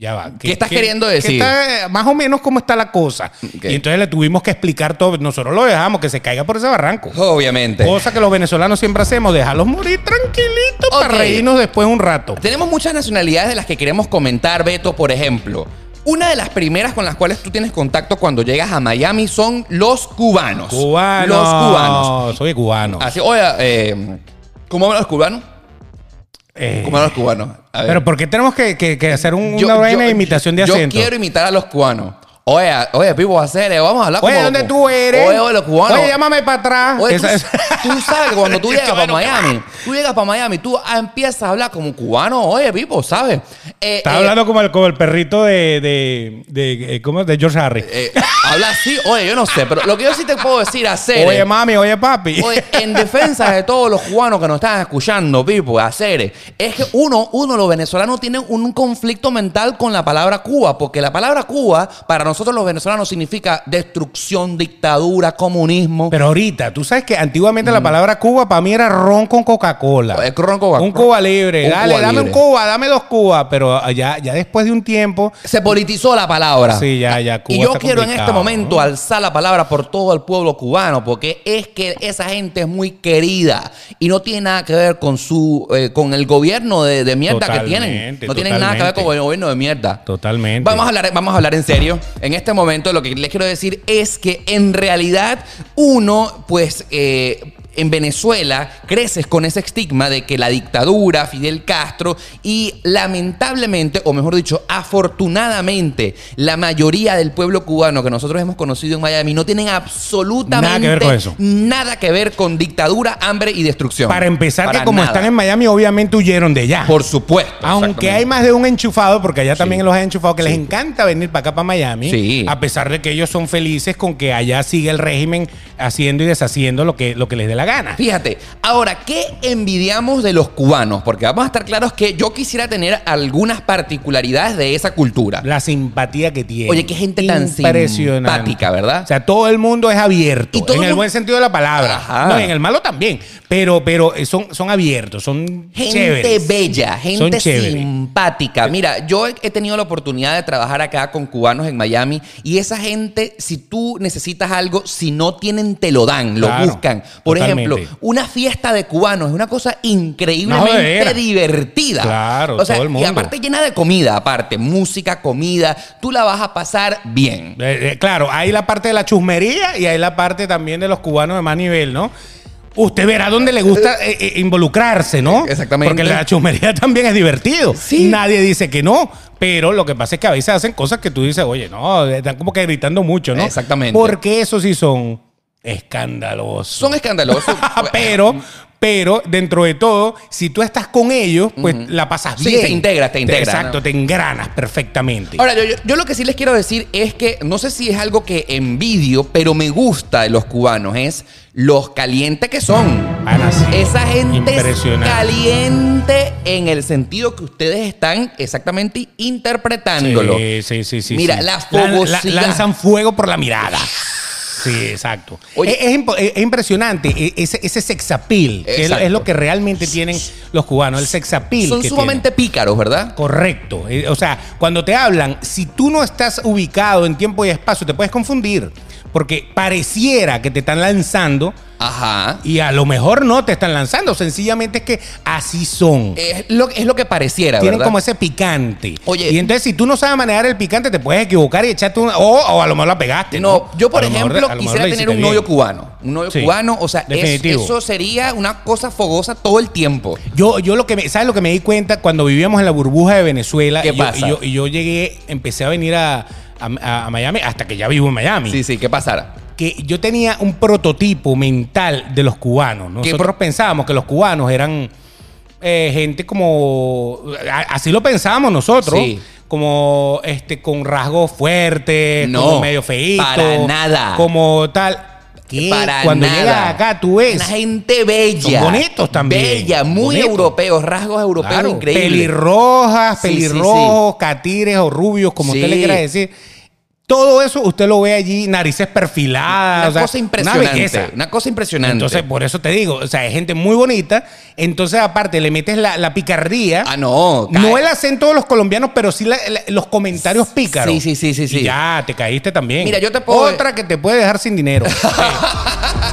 Speaker 2: ya va.
Speaker 1: ¿Qué estás queriendo decir?
Speaker 2: está- más o menos cómo está la cosa.
Speaker 1: Ok.
Speaker 2: Y entonces le tuvimos que explicar todo. Nosotros lo dejamos, que se caiga por ese barranco.
Speaker 1: Obviamente.
Speaker 2: Cosa que los venezolanos siempre hacemos, dejarlos morir tranquilitos
Speaker 1: Ok.
Speaker 2: para reírnos después un rato.
Speaker 1: Tenemos muchas nacionalidades de las que queremos comentar, Beto, por ejemplo. Una de las primeras con las cuales tú tienes contacto cuando llegas a Miami son los cubanos.
Speaker 2: Cubanos.
Speaker 1: Los cubanos. Ah,
Speaker 2: Soy cubano.
Speaker 1: Así, oye, eh, ¿cómo hablan los cubanos?
Speaker 2: Eh,
Speaker 1: ¿Cómo hablan los cubanos? A ver.
Speaker 2: Pero ¿por qué tenemos que, que- que hacer un-
Speaker 1: Yo-
Speaker 2: una
Speaker 1: yo-
Speaker 2: vaina de imitación de
Speaker 1: yo
Speaker 2: acento?
Speaker 1: quiero imitar a los cubanos. Oye, oye, Pipo, hacer, vamos a hablar
Speaker 2: Oye,
Speaker 1: como
Speaker 2: ¿dónde
Speaker 1: los cu-
Speaker 2: tú eres?
Speaker 1: Oye, oye, los cubanos.
Speaker 2: Oye, llámame para atrás.
Speaker 1: Oye, tú,
Speaker 2: Esa- esa-
Speaker 1: tú sabes que cuando tú
Speaker 2: Qué
Speaker 1: llegas para
Speaker 2: bueno que-
Speaker 1: Miami, tú llegas para Miami, tú ah, empiezas a hablar como cubano, oye, Pipo, ¿sabes? eh,
Speaker 4: Estás
Speaker 1: eh,
Speaker 4: hablando como el, como el perrito de, de, de, eh, ¿cómo es? de George Harris.
Speaker 1: eh, habla así, oye, yo no sé, pero lo que yo sí te puedo decir hacer.
Speaker 4: oye, mami, oye, papi.
Speaker 1: Eh, Oye, en defensa de todos los cubanos que nos están escuchando, Pipo, hacer, es que uno, uno, los venezolanos tienen un conflicto mental con la palabra Cuba, porque la palabra Cuba, para nosotros los venezolanos, significa destrucción, dictadura, comunismo.
Speaker 2: Pero ahorita, tú sabes que antiguamente
Speaker 1: Mm.
Speaker 2: la palabra Cuba para mí era ron con Coca-Cola.
Speaker 1: Eh, ron con Coca-
Speaker 2: Un Cuba libre.
Speaker 1: Un
Speaker 2: dale,
Speaker 1: Cuba
Speaker 2: dame
Speaker 1: libre.
Speaker 2: un Cuba, dame dos Cubas. Pero ah, ya, ya después de un tiempo,
Speaker 1: Se politizó la palabra.
Speaker 2: Sí, ya, ya, Cuba
Speaker 1: Ah. y yo
Speaker 2: está
Speaker 1: quiero en este
Speaker 2: complicado,
Speaker 1: momento
Speaker 2: ¿no?
Speaker 1: alzar la palabra por todo el pueblo cubano, porque es que esa gente es muy querida y no tiene nada que ver con su eh, con el gobierno de, de mierda que tienen.
Speaker 2: Totalmente,
Speaker 1: No tienen nada que ver con el gobierno de mierda.
Speaker 2: Totalmente.
Speaker 1: Vamos a hablar, vamos a hablar en serio. En este momento lo que les quiero decir es que en realidad uno, pues... eh, en Venezuela creces con ese estigma de que la dictadura, Fidel Castro y lamentablemente, o mejor dicho, afortunadamente, la mayoría del pueblo cubano que nosotros hemos conocido en Miami no tienen absolutamente
Speaker 2: Nada que ver con eso.
Speaker 1: nada que ver con dictadura, hambre y destrucción.
Speaker 2: para empezar,
Speaker 1: Para
Speaker 2: que como
Speaker 1: nada.
Speaker 2: están en Miami, obviamente huyeron de allá.
Speaker 1: Por supuesto.
Speaker 2: Aunque hay
Speaker 1: exactamente.
Speaker 2: más de un enchufado, porque allá también los hay enchufados que les
Speaker 1: Sí.
Speaker 2: encanta venir para acá, para Miami,
Speaker 1: Sí.
Speaker 2: a pesar de que ellos son felices con que allá sigue el régimen haciendo y deshaciendo lo que, lo que les dé la gana.
Speaker 1: Fíjate, ahora, ¿qué envidiamos de los cubanos? Porque vamos a estar claros que yo quisiera tener algunas particularidades de esa cultura.
Speaker 2: La simpatía que tiene.
Speaker 1: Oye, qué gente tan simpática, ¿verdad?
Speaker 2: O sea, todo el mundo es abierto.
Speaker 1: Y todo
Speaker 2: en
Speaker 1: el
Speaker 2: el
Speaker 1: mundo-
Speaker 2: buen sentido de la palabra.
Speaker 1: Ajá.
Speaker 2: No, y en el malo también. Pero, pero eh, son, son abiertos, son
Speaker 1: Gente
Speaker 2: chéveres.
Speaker 1: bella,
Speaker 2: Son
Speaker 1: gente
Speaker 2: chéveres.
Speaker 1: simpática. Mira, yo he he tenido la oportunidad de trabajar acá con cubanos en Miami y esa gente, si tú necesitas algo, si no tienen, te lo dan, lo
Speaker 2: Claro,
Speaker 1: buscan. Por
Speaker 2: totalmente.
Speaker 1: ejemplo, una fiesta de cubanos es una cosa increíblemente
Speaker 2: No, de veras.
Speaker 1: divertida.
Speaker 2: Claro,
Speaker 1: o sea,
Speaker 2: todo el
Speaker 1: Y
Speaker 2: mundo.
Speaker 1: aparte llena de comida, aparte, música, comida, tú la vas a pasar bien.
Speaker 2: Eh, eh, claro, hay la parte de la chusmería y hay la parte también de los cubanos de más nivel, ¿no? Usted verá dónde le gusta eh, eh, involucrarse, ¿no?
Speaker 1: eh, Exactamente.
Speaker 2: Porque la chusmería también es divertido.
Speaker 1: Sí.
Speaker 2: Nadie dice que no, pero lo que pasa es que a veces hacen cosas que tú dices, oye, no, están como que gritando mucho, ¿no?
Speaker 1: Exactamente.
Speaker 2: Porque eso sí son escandalosos.
Speaker 1: Son escandalosos.
Speaker 2: pero, pero dentro de todo, si tú estás con ellos, pues la pasas
Speaker 1: Sí,
Speaker 2: bien.
Speaker 1: te integras, te integras,
Speaker 2: Exacto,
Speaker 1: ¿no?
Speaker 2: te engranas perfectamente.
Speaker 1: Ahora, yo, yo- yo lo que sí les quiero decir es que no sé si es algo que envidio, pero me gusta de los cubanos, es los calientes que son.
Speaker 2: Ana, sí.
Speaker 1: Esa gente es
Speaker 2: Impresionante.
Speaker 1: caliente en el sentido que ustedes están exactamente interpretándolo.
Speaker 2: Sí, Eh, sí, sí, sí.
Speaker 1: Mira,
Speaker 2: sí.
Speaker 1: la
Speaker 2: Lan- la-
Speaker 1: fogosidad.
Speaker 2: lanzan fuego por la mirada. Sí, exacto.
Speaker 1: Oye.
Speaker 2: es, es impo- es- es impresionante e- ese, ese sexapil, que es, lo- es
Speaker 1: Exacto.
Speaker 2: lo que realmente tienen los cubanos, el sexapil.
Speaker 1: Son
Speaker 2: que
Speaker 1: sumamente pícaros, ¿verdad?
Speaker 2: tienen. Correcto. Eh, O sea, cuando te hablan, si tú no estás ubicado en tiempo y espacio, te puedes confundir. Porque pareciera que te están lanzando
Speaker 1: Ajá.
Speaker 2: y a lo mejor no te están lanzando. Sencillamente es que así son.
Speaker 1: Es lo, es lo que pareciera,
Speaker 2: Tienen
Speaker 1: ¿verdad?
Speaker 2: como ese picante.
Speaker 1: Oye.
Speaker 2: y entonces si tú no sabes manejar el picante, te puedes equivocar y echarte una. O, o a lo mejor la pegaste.
Speaker 1: No, yo por
Speaker 2: A lo mejor-
Speaker 1: ejemplo
Speaker 2: a lo mejor
Speaker 1: quisiera
Speaker 2: la
Speaker 1: tener un
Speaker 2: hiciste
Speaker 1: novio
Speaker 2: bien.
Speaker 1: cubano. Un novio
Speaker 2: Sí.
Speaker 1: cubano, o sea, es-
Speaker 2: Definitivo.
Speaker 1: eso sería una cosa fogosa todo el tiempo.
Speaker 2: Yo, yo lo que me, ¿sabes lo que me di cuenta cuando vivíamos en la burbuja de Venezuela?
Speaker 1: ¿Qué
Speaker 2: y, yo,
Speaker 1: pasa?
Speaker 2: y yo- y yo llegué, empecé a venir a, a- a Miami hasta que ya vivo en Miami.
Speaker 1: Sí, sí, ¿qué pasara?
Speaker 2: Que yo tenía un prototipo mental de los cubanos. Nosotros
Speaker 1: pro-
Speaker 2: pensábamos que los cubanos eran eh, gente como. a- así lo pensábamos nosotros.
Speaker 1: Sí.
Speaker 2: Como este, con rasgos fuertes,
Speaker 1: No,
Speaker 2: como medio feíto.
Speaker 1: para nada.
Speaker 2: Como tal. ¿Qué?
Speaker 1: Para
Speaker 2: Cuando
Speaker 1: nada.
Speaker 2: llegas acá, tú ves.
Speaker 1: Una gente bella.
Speaker 2: Son bonitos también.
Speaker 1: Bella, muy
Speaker 2: Bonitos.
Speaker 1: europeos, rasgos europeos
Speaker 2: Claro,
Speaker 1: increíbles.
Speaker 2: Pelirrojas,
Speaker 1: Sí, sí, sí.
Speaker 2: pelirrojos, catires o rubios, como
Speaker 1: Sí.
Speaker 2: usted le quiera decir. Todo eso usted lo ve allí, narices perfiladas.
Speaker 1: Una
Speaker 2: o sea,
Speaker 1: cosa impresionante. Una,
Speaker 2: belleza.
Speaker 1: cosa impresionante.
Speaker 2: Entonces, pues, por eso te digo, o sea, es gente muy bonita. Entonces, aparte, le metes la, la picardía.
Speaker 1: ah, no. cae.
Speaker 2: No el acento de los colombianos, pero sí la- la- los comentarios pícaros.
Speaker 1: Sí, sí, sí, sí,
Speaker 2: Y
Speaker 1: sí.
Speaker 2: ya, te caíste también.
Speaker 1: Mira, yo te puedo-
Speaker 2: Otra que te puede dejar sin dinero. Sí.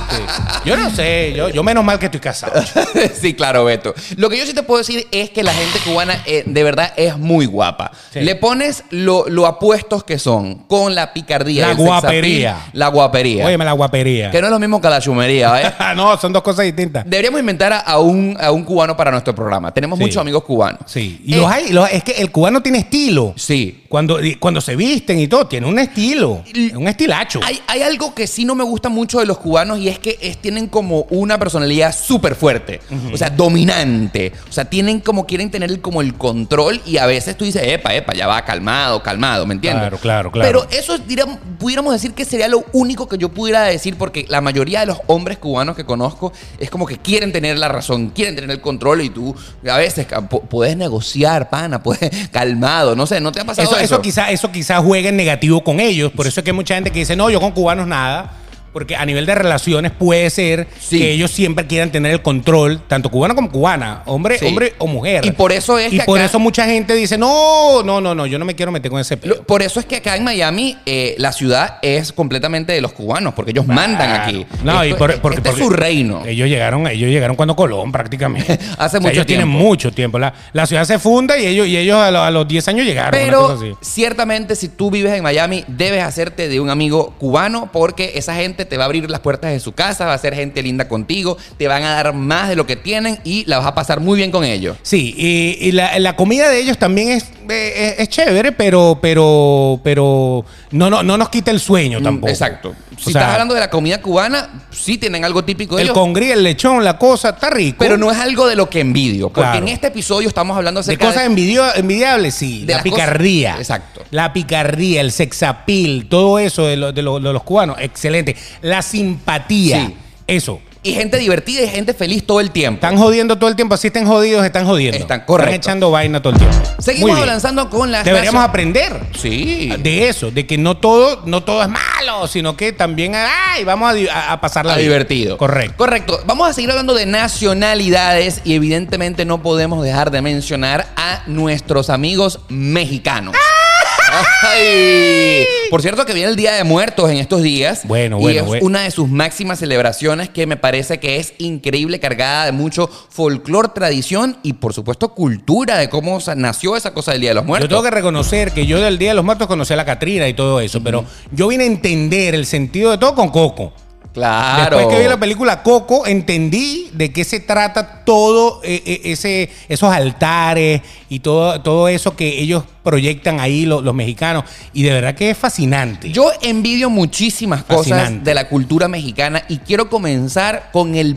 Speaker 2: Sí. Yo no sé, yo, yo menos mal que estoy casado.
Speaker 1: sí, claro, Beto. Lo que yo sí te puedo decir es que la gente cubana eh, de verdad es muy guapa.
Speaker 2: Sí.
Speaker 1: Le pones lo, lo apuestos que son, con la picardía.
Speaker 2: La
Speaker 1: el sex appeal,
Speaker 2: guapería.
Speaker 1: la guapería.
Speaker 2: Óyeme la guapería.
Speaker 1: que no es lo mismo que la chumería, ¿eh?
Speaker 2: no, son dos cosas distintas.
Speaker 1: Deberíamos inventar a, a un, a un cubano para nuestro programa. Tenemos
Speaker 2: Sí.
Speaker 1: muchos amigos cubanos.
Speaker 2: Sí. Y
Speaker 1: Eh,
Speaker 2: los hay, los- es que el cubano tiene estilo.
Speaker 1: Sí.
Speaker 2: Cuando, y cuando se visten y todo, tiene un estilo, un estilacho.
Speaker 1: Hay, hay algo que sí no me gusta mucho de los cubanos y es que es- tienen como una personalidad súper fuerte, o sea, dominante. O sea, tienen como quieren tener el- como el control y a veces tú dices, epa, epa, ya va, calmado, calmado, ¿me entiendes?
Speaker 2: Claro, claro, claro.
Speaker 1: Pero eso diríamos- pudiéramos decir que sería lo único que yo pudiera decir porque la mayoría de los hombres cubanos que conozco es como que quieren tener la razón, quieren tener el control y tú a veces ca- po- puedes negociar, pana, puedes, calmado, no sé, ¿no te ha pasado
Speaker 2: Eso,
Speaker 1: eso?
Speaker 2: eso quizá, eso quizá juegue en negativo con ellos. Por eso es que hay mucha gente que dice, no, yo con cubanos nada. Porque a nivel de relaciones puede ser
Speaker 1: Sí.
Speaker 2: que ellos siempre quieran tener el control, tanto cubano como cubana, hombre,
Speaker 1: Sí.
Speaker 2: hombre o mujer.
Speaker 1: Y por eso es
Speaker 2: Y
Speaker 1: que
Speaker 2: por
Speaker 1: acá-
Speaker 2: eso mucha gente dice, no, no, no, no, yo no me quiero meter con ese pedo.
Speaker 1: Lo- por eso es que acá en Miami eh, la ciudad es completamente de los cubanos, porque ellos mandan aquí.
Speaker 2: No, y
Speaker 1: Esto-
Speaker 2: por-
Speaker 1: eh,
Speaker 2: porque,
Speaker 1: este
Speaker 2: porque
Speaker 1: es su reino.
Speaker 2: Ellos llegaron, ellos llegaron cuando Colón prácticamente.
Speaker 1: Hace mucho
Speaker 2: ellos tienen
Speaker 1: tiempo.
Speaker 2: mucho tiempo. La, la ciudad se funda y ellos, y ellos a, lo- a los 10 años llegaron. una cosa así.
Speaker 1: Pero ciertamente si tú vives en Miami debes hacerte de un amigo cubano porque esa gente te va a abrir las puertas de su casa, va a ser gente linda contigo, te van a dar más de lo que tienen y la vas a pasar muy bien con ellos.
Speaker 2: Sí, y, y la, la comida de ellos también es, eh, es, es chévere, pero, pero, pero no, no, no nos quita el sueño tampoco.
Speaker 1: Mm, Exacto.
Speaker 2: O
Speaker 1: Si
Speaker 2: sea,
Speaker 1: estás hablando de la comida cubana, sí tienen algo típico de
Speaker 2: el
Speaker 1: ellos.
Speaker 2: congrí, el lechón, la cosa, está rico.
Speaker 1: Pero no es algo de lo que envidio, porque
Speaker 2: Claro.
Speaker 1: en este episodio estamos hablando
Speaker 2: de
Speaker 1: acerca
Speaker 2: cosas envidio- envidiables, sí.
Speaker 1: de
Speaker 2: la
Speaker 1: las cosas-
Speaker 2: picardía.
Speaker 1: Exacto.
Speaker 2: La picardía, el sexapil, todo eso de, lo- de lo- de los cubanos. Excelente. La simpatía.
Speaker 1: Sí.
Speaker 2: Eso.
Speaker 1: y gente divertida y gente feliz todo el tiempo.
Speaker 2: Están jodiendo todo el tiempo. Así estén jodidos, están jodiendo.
Speaker 1: Están, correcto.
Speaker 2: Están echando vaina todo el tiempo. Muy
Speaker 1: Seguimos
Speaker 2: bien.
Speaker 1: avanzando con las
Speaker 2: Deberíamos
Speaker 1: nacio- Ah,
Speaker 2: aprender.
Speaker 1: Sí.
Speaker 2: de eso, de que no todo, no todo es malo, sino que también ay, vamos a, di- a, a pasarla
Speaker 1: Ah,
Speaker 2: bien.
Speaker 1: divertido.
Speaker 2: Correcto.
Speaker 1: Correcto. Vamos a seguir hablando de nacionalidades y evidentemente no podemos dejar de mencionar a nuestros amigos mexicanos. Ay. Por cierto que viene el Día de Muertos en estos días.
Speaker 2: Bueno,
Speaker 1: y
Speaker 2: bueno,
Speaker 1: es
Speaker 2: bueno.
Speaker 1: una de sus máximas celebraciones que me parece que es increíble, cargada de mucho folclor, tradición y por supuesto cultura de cómo sa- nació esa cosa del Día de los Muertos.
Speaker 2: Yo tengo que reconocer que yo del Día de los Muertos conocí a la Catrina y todo eso, pero yo vine a entender el sentido de todo con Coco.
Speaker 1: Claro.
Speaker 2: Después que vi la película Coco, entendí de qué se trata todo eh, eh, ese, esos altares y todo, todo eso que ellos proyectan ahí lo- los mexicanos. Y de verdad que es fascinante.
Speaker 1: Yo envidio muchísimas cosas
Speaker 2: Fascinante.
Speaker 1: de la cultura mexicana y quiero comenzar con el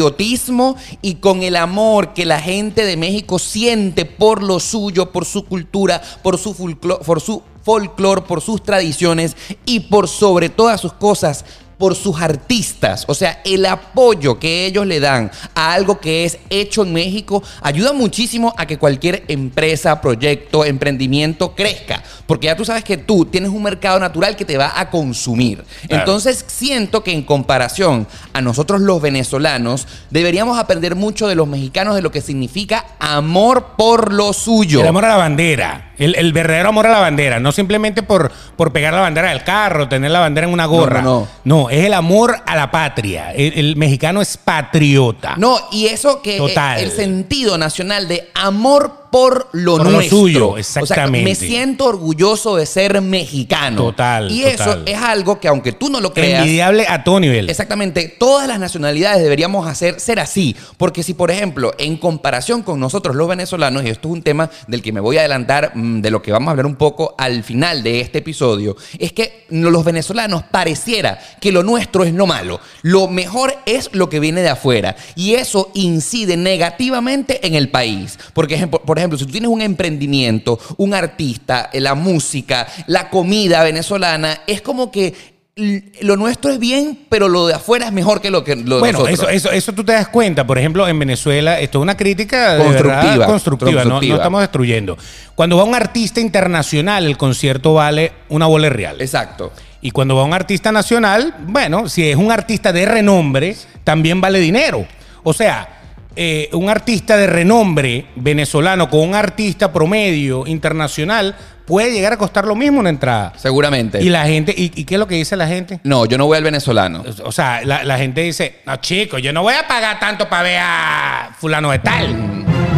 Speaker 1: patriotismo y con el amor que la gente de México siente por lo suyo, por su cultura, por su folclore, por su folclor, por sus tradiciones y por sobre todas sus cosas por sus artistas, o sea, el apoyo que ellos le dan a algo que es hecho en México ayuda muchísimo a que cualquier empresa, proyecto, emprendimiento crezca, porque ya tú sabes que tú tienes un mercado natural que te va a consumir. Entonces siento que en comparación a nosotros los venezolanos, deberíamos aprender mucho de los mexicanos de lo que significa amor por lo suyo.
Speaker 2: El amor a la bandera. El, el verdadero amor a la bandera. No simplemente por, por pegar la bandera del carro, tener la bandera en una gorra.
Speaker 1: no,
Speaker 2: No, es el amor a la patria. El, el mexicano es patriota.
Speaker 1: No, y eso que
Speaker 2: Total.
Speaker 1: eh, el sentido nacional de amor por lo
Speaker 2: Por lo
Speaker 1: nuestro.
Speaker 2: suyo,
Speaker 1: O sea,
Speaker 2: exactamente.
Speaker 1: me siento orgulloso de ser mexicano.
Speaker 2: Total,
Speaker 1: Y
Speaker 2: total.
Speaker 1: eso es algo que aunque tú no lo creas,
Speaker 2: Envidiable a todo nivel.
Speaker 1: Exactamente, todas las nacionalidades deberíamos hacer ser así, porque si por ejemplo, en comparación con nosotros los venezolanos, y esto es un tema del que me voy a adelantar, mm, de lo que vamos a hablar un poco al final de este episodio, es que los venezolanos pareciera que lo nuestro es lo malo, lo mejor es lo que viene de afuera, y eso incide negativamente en el país, porque ejemplo- por ejemplo, si tú tienes un emprendimiento, un artista, eh, la música, la comida venezolana, es como que l- lo nuestro es bien, pero lo de afuera es mejor que lo que lo de
Speaker 2: Bueno,
Speaker 1: nosotros.
Speaker 2: eso, eso, eso tú te das cuenta. Por ejemplo, en Venezuela, esto es una crítica de
Speaker 1: Constructiva,
Speaker 2: verdad constructiva. No,
Speaker 1: constructiva.
Speaker 2: no estamos destruyendo. Cuando va un artista internacional, el concierto vale una bola real.
Speaker 1: Exacto.
Speaker 2: Y cuando va un artista nacional, bueno, si es un artista de renombre, también vale dinero. O sea, eh, un artista de renombre venezolano con un artista promedio internacional puede llegar a costar lo mismo una entrada.
Speaker 1: Seguramente.
Speaker 2: Y la gente, ¿y, y qué es lo que dice la gente?
Speaker 1: No, yo no voy al venezolano.
Speaker 2: O sea, la, la gente dice, no, chico, yo no voy a pagar tanto para ver a fulano de tal.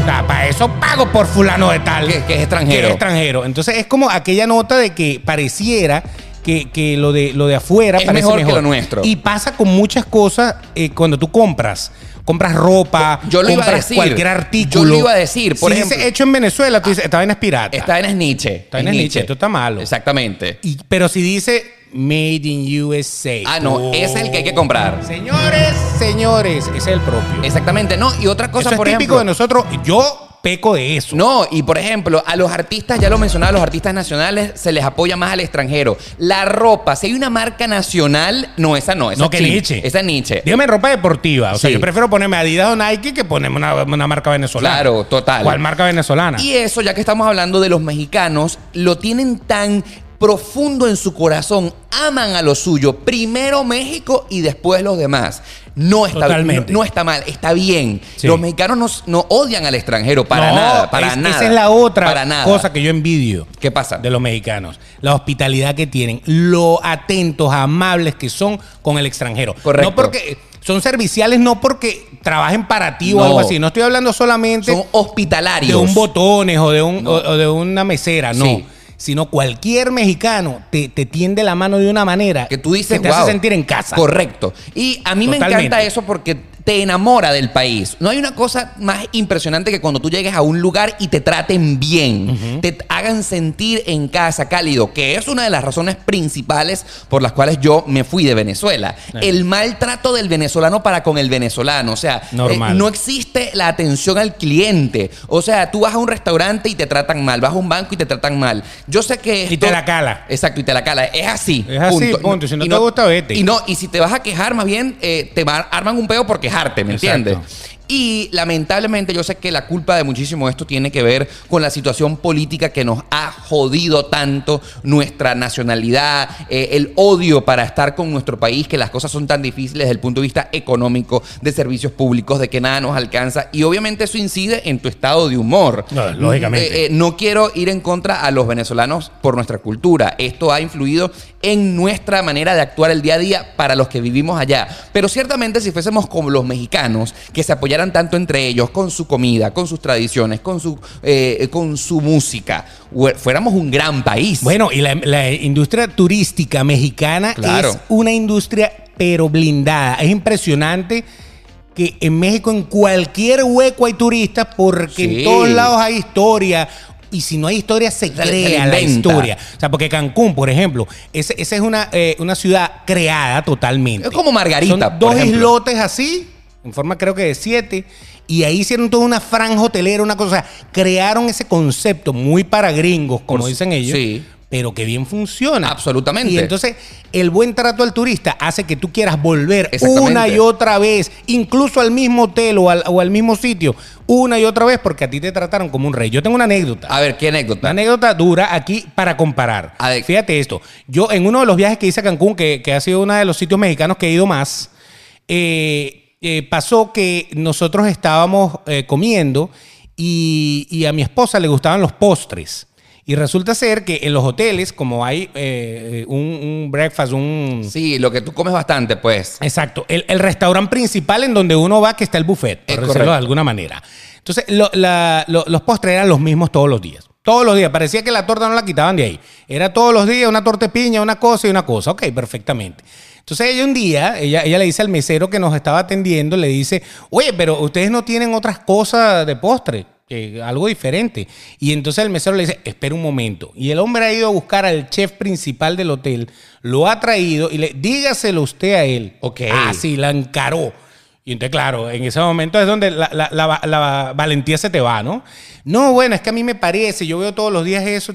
Speaker 2: O sea, para eso pago por fulano de tal.
Speaker 1: Que- que es extranjero.
Speaker 2: Que es extranjero. Entonces es como aquella nota de que pareciera que, que lo, de, lo de afuera
Speaker 1: Es
Speaker 2: parece
Speaker 1: mejor que lo nuestro.
Speaker 2: Y pasa con muchas cosas eh, cuando tú compras. compras ropa,
Speaker 1: Yo lo iba a
Speaker 2: compras
Speaker 1: decir.
Speaker 2: cualquier artículo.
Speaker 1: Yo lo iba a decir, por
Speaker 2: si
Speaker 1: ejemplo.
Speaker 2: dice hecho en Venezuela, tú dices, esta vaina es pirata.
Speaker 1: Esta vaina es Nietzsche.
Speaker 2: Esta vaina es Nietzsche, esto está malo.
Speaker 1: Exactamente.
Speaker 2: Y- pero si dice Made in USA.
Speaker 1: Ah, no, ese es el que hay que comprar.
Speaker 2: Señores, señores, ese es el propio.
Speaker 1: Exactamente, no. Y otra cosa,
Speaker 2: Eso es
Speaker 1: por
Speaker 2: típico
Speaker 1: ejemplo.
Speaker 2: de nosotros. Yo peco de eso.
Speaker 1: No, y por ejemplo, a los artistas, ya lo mencionaba, a los artistas nacionales se les apoya más al extranjero. La ropa, si hay una marca nacional, no, esa no. Esa
Speaker 2: No, que
Speaker 1: china,
Speaker 2: Nietzsche.
Speaker 1: Esa es Nietzsche.
Speaker 2: Dígame ropa deportiva. O sea,
Speaker 1: Eh, Sí.
Speaker 2: yo prefiero ponerme Adidas o Nike que ponerme una, una marca venezolana.
Speaker 1: Claro, total.
Speaker 2: ¿Cuál marca venezolana?
Speaker 1: Y eso, ya que estamos hablando de los mexicanos, lo tienen tan profundo en su corazón, aman a lo suyo, primero México y después los demás. No está,
Speaker 2: Totalmente.
Speaker 1: No, no está mal, está bien.
Speaker 2: Sí.
Speaker 1: Los mexicanos nos- no, odian al extranjero, para
Speaker 2: No,
Speaker 1: nada, para
Speaker 2: es-
Speaker 1: nada.
Speaker 2: Esa es la otra
Speaker 1: para nada.
Speaker 2: cosa que yo envidio
Speaker 1: ¿Qué pasa?
Speaker 2: de los mexicanos. La hospitalidad que tienen, lo atentos, amables que son con el extranjero.
Speaker 1: Correcto.
Speaker 2: No porque son serviciales, no porque trabajen para ti
Speaker 1: No.
Speaker 2: o algo así. No estoy hablando solamente
Speaker 1: Son hospitalarios.
Speaker 2: de un botones o de, un, o- o de una mesera, no.
Speaker 1: Sí.
Speaker 2: Sino cualquier mexicano te, te tiende la mano de una manera
Speaker 1: que tú dices
Speaker 2: te
Speaker 1: "Wow".
Speaker 2: hace sentir en casa.
Speaker 1: Correcto. Y a mí me
Speaker 2: Totalmente.
Speaker 1: encanta eso porque te enamora del país. No hay una cosa más impresionante que cuando tú llegues a un lugar y te traten bien, te hagan sentir en casa cálido, que es una de las razones principales por las cuales yo me fui de Venezuela. El maltrato del venezolano para con el venezolano, o sea, eh,
Speaker 2: Normal.
Speaker 1: no existe la atención al cliente. O sea, tú vas a un restaurante y te tratan mal, vas a un banco y te tratan mal. Yo sé que
Speaker 2: Y te la cala.
Speaker 1: Exacto, y te la cala. Es así.
Speaker 2: Es así, punto. Si no te gusta, vete.
Speaker 1: Y no, y si te vas a quejar, más bien eh, te va- arman un peo por quejarte, ¿me
Speaker 2: Exacto.
Speaker 1: entiendes? Y lamentablemente yo sé que la culpa de muchísimo esto tiene que ver con la situación política que nos ha jodido tanto nuestra nacionalidad, eh, el odio para estar con nuestro país, que las cosas son tan difíciles desde el punto de vista económico, de servicios públicos, de que nada nos alcanza. Y obviamente eso incide en tu estado de humor.
Speaker 2: No, lógicamente.
Speaker 1: Eh, eh, no quiero ir en contra a los venezolanos por nuestra cultura. Esto ha influido en nuestra manera de actuar el día a día para los que vivimos allá. Pero ciertamente si fuésemos como los mexicanos, que se apoyaran tanto entre ellos, con su comida, con sus tradiciones, con su, eh, con su música, hue- fuéramos un gran país.
Speaker 2: Bueno, y la, la industria turística mexicana
Speaker 1: Claro.
Speaker 2: es una industria pero blindada. Es impresionante que en México en cualquier hueco hay turistas porque
Speaker 1: Sí.
Speaker 2: en todos lados hay historia. Y si no hay historia, se
Speaker 1: Se- se
Speaker 2: crea
Speaker 1: la
Speaker 2: la
Speaker 1: inventa.
Speaker 2: historia. O sea, porque Cancún, por ejemplo, ese- esa es una, eh, una ciudad creada totalmente.
Speaker 1: Es como Margarita,
Speaker 2: Son
Speaker 1: por
Speaker 2: dos
Speaker 1: ejemplo.
Speaker 2: islotes así, en forma creo que de siete. Y ahí hicieron toda una franja hotelera, una cosa. Crearon ese concepto muy para gringos, como
Speaker 1: Por su-
Speaker 2: dicen ellos.
Speaker 1: sí.
Speaker 2: Pero que bien funciona.
Speaker 1: Absolutamente.
Speaker 2: Y entonces, el buen trato al turista hace que tú quieras volver
Speaker 1: Exactamente.
Speaker 2: una y otra vez, incluso al mismo hotel o al, o al mismo sitio, una y otra vez, porque a ti te trataron como un rey. Yo tengo una anécdota.
Speaker 1: a ver, qué anécdota.
Speaker 2: Una anécdota dura aquí para comparar.
Speaker 1: A ver.
Speaker 2: Fíjate esto. Yo en uno de los viajes que hice a Cancún, que, que ha sido uno de los sitios mexicanos que he ido más, eh, eh, pasó que nosotros estábamos eh, comiendo y, y a mi esposa le gustaban los postres. Y resulta ser que en los hoteles, como hay eh, un, un breakfast, un...
Speaker 1: sí, lo que tú comes bastante, pues.
Speaker 2: Exacto. El, el restaurante principal en donde uno va, que está el buffet, por
Speaker 1: Es
Speaker 2: decirlo
Speaker 1: correcto.
Speaker 2: de alguna manera. Entonces, lo- la- lo- los postres eran los mismos todos los días. Todos los días. Parecía que la torta no la quitaban de ahí. Era todos los días una torta de piña, una cosa y una cosa. Ok, perfectamente. Entonces ella un día, ella, ella le dice al mesero que nos estaba atendiendo, le dice, oye, pero ustedes no tienen otras cosas de postre, que- algo diferente. Y entonces el mesero le dice, espera un momento. Y el hombre ha ido a buscar al chef principal del hotel, lo ha traído y le, dígaselo usted a él.
Speaker 1: Ok.
Speaker 2: Ah, sí, la encaró. Y entonces, claro, en ese momento es donde la, la- la- la valentía se te va, ¿no? No, bueno, es que a mí me parece, yo veo todos los días eso.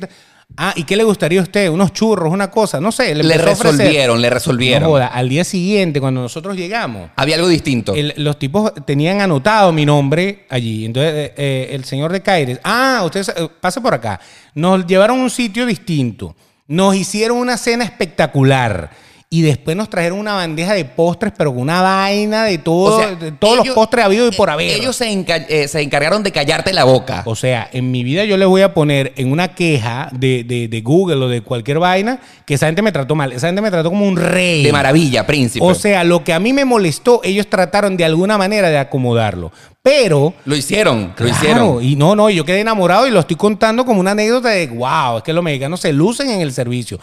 Speaker 2: Ah, ¿y qué le gustaría a usted? ¿Unos churros, una cosa? No sé.
Speaker 1: Le
Speaker 2: empezó a ofrecer.
Speaker 1: resolvieron, le resolvieron.
Speaker 2: No joda, al día siguiente, cuando nosotros llegamos,
Speaker 1: Había algo distinto.
Speaker 2: el- los tipos tenían anotado mi nombre allí. Entonces, eh, eh, el señor de Caires, ah, ustedes, eh, pase por acá. Nos llevaron a un sitio distinto. Nos hicieron una cena espectacular. Y después nos trajeron una bandeja de postres, pero con una vaina de todo,
Speaker 1: O sea,
Speaker 2: de todos los
Speaker 1: ellos-
Speaker 2: postres habidos y por
Speaker 1: eh,
Speaker 2: haber.
Speaker 1: Ellos se, enca- eh, se encargaron de callarte la boca.
Speaker 2: O sea, en mi vida yo le voy a poner en una queja de, de- de Google o de cualquier vaina que esa gente me trató mal. Esa gente me trató como un rey.
Speaker 1: De maravilla, príncipe.
Speaker 2: O sea, lo que a mí me molestó, ellos trataron de alguna manera de acomodarlo. Pero.
Speaker 1: lo hicieron, lo
Speaker 2: Claro,
Speaker 1: hicieron.
Speaker 2: y no, no, yo quedé enamorado y lo estoy contando como una anécdota de wow, es que los mexicanos se lucen en el servicio.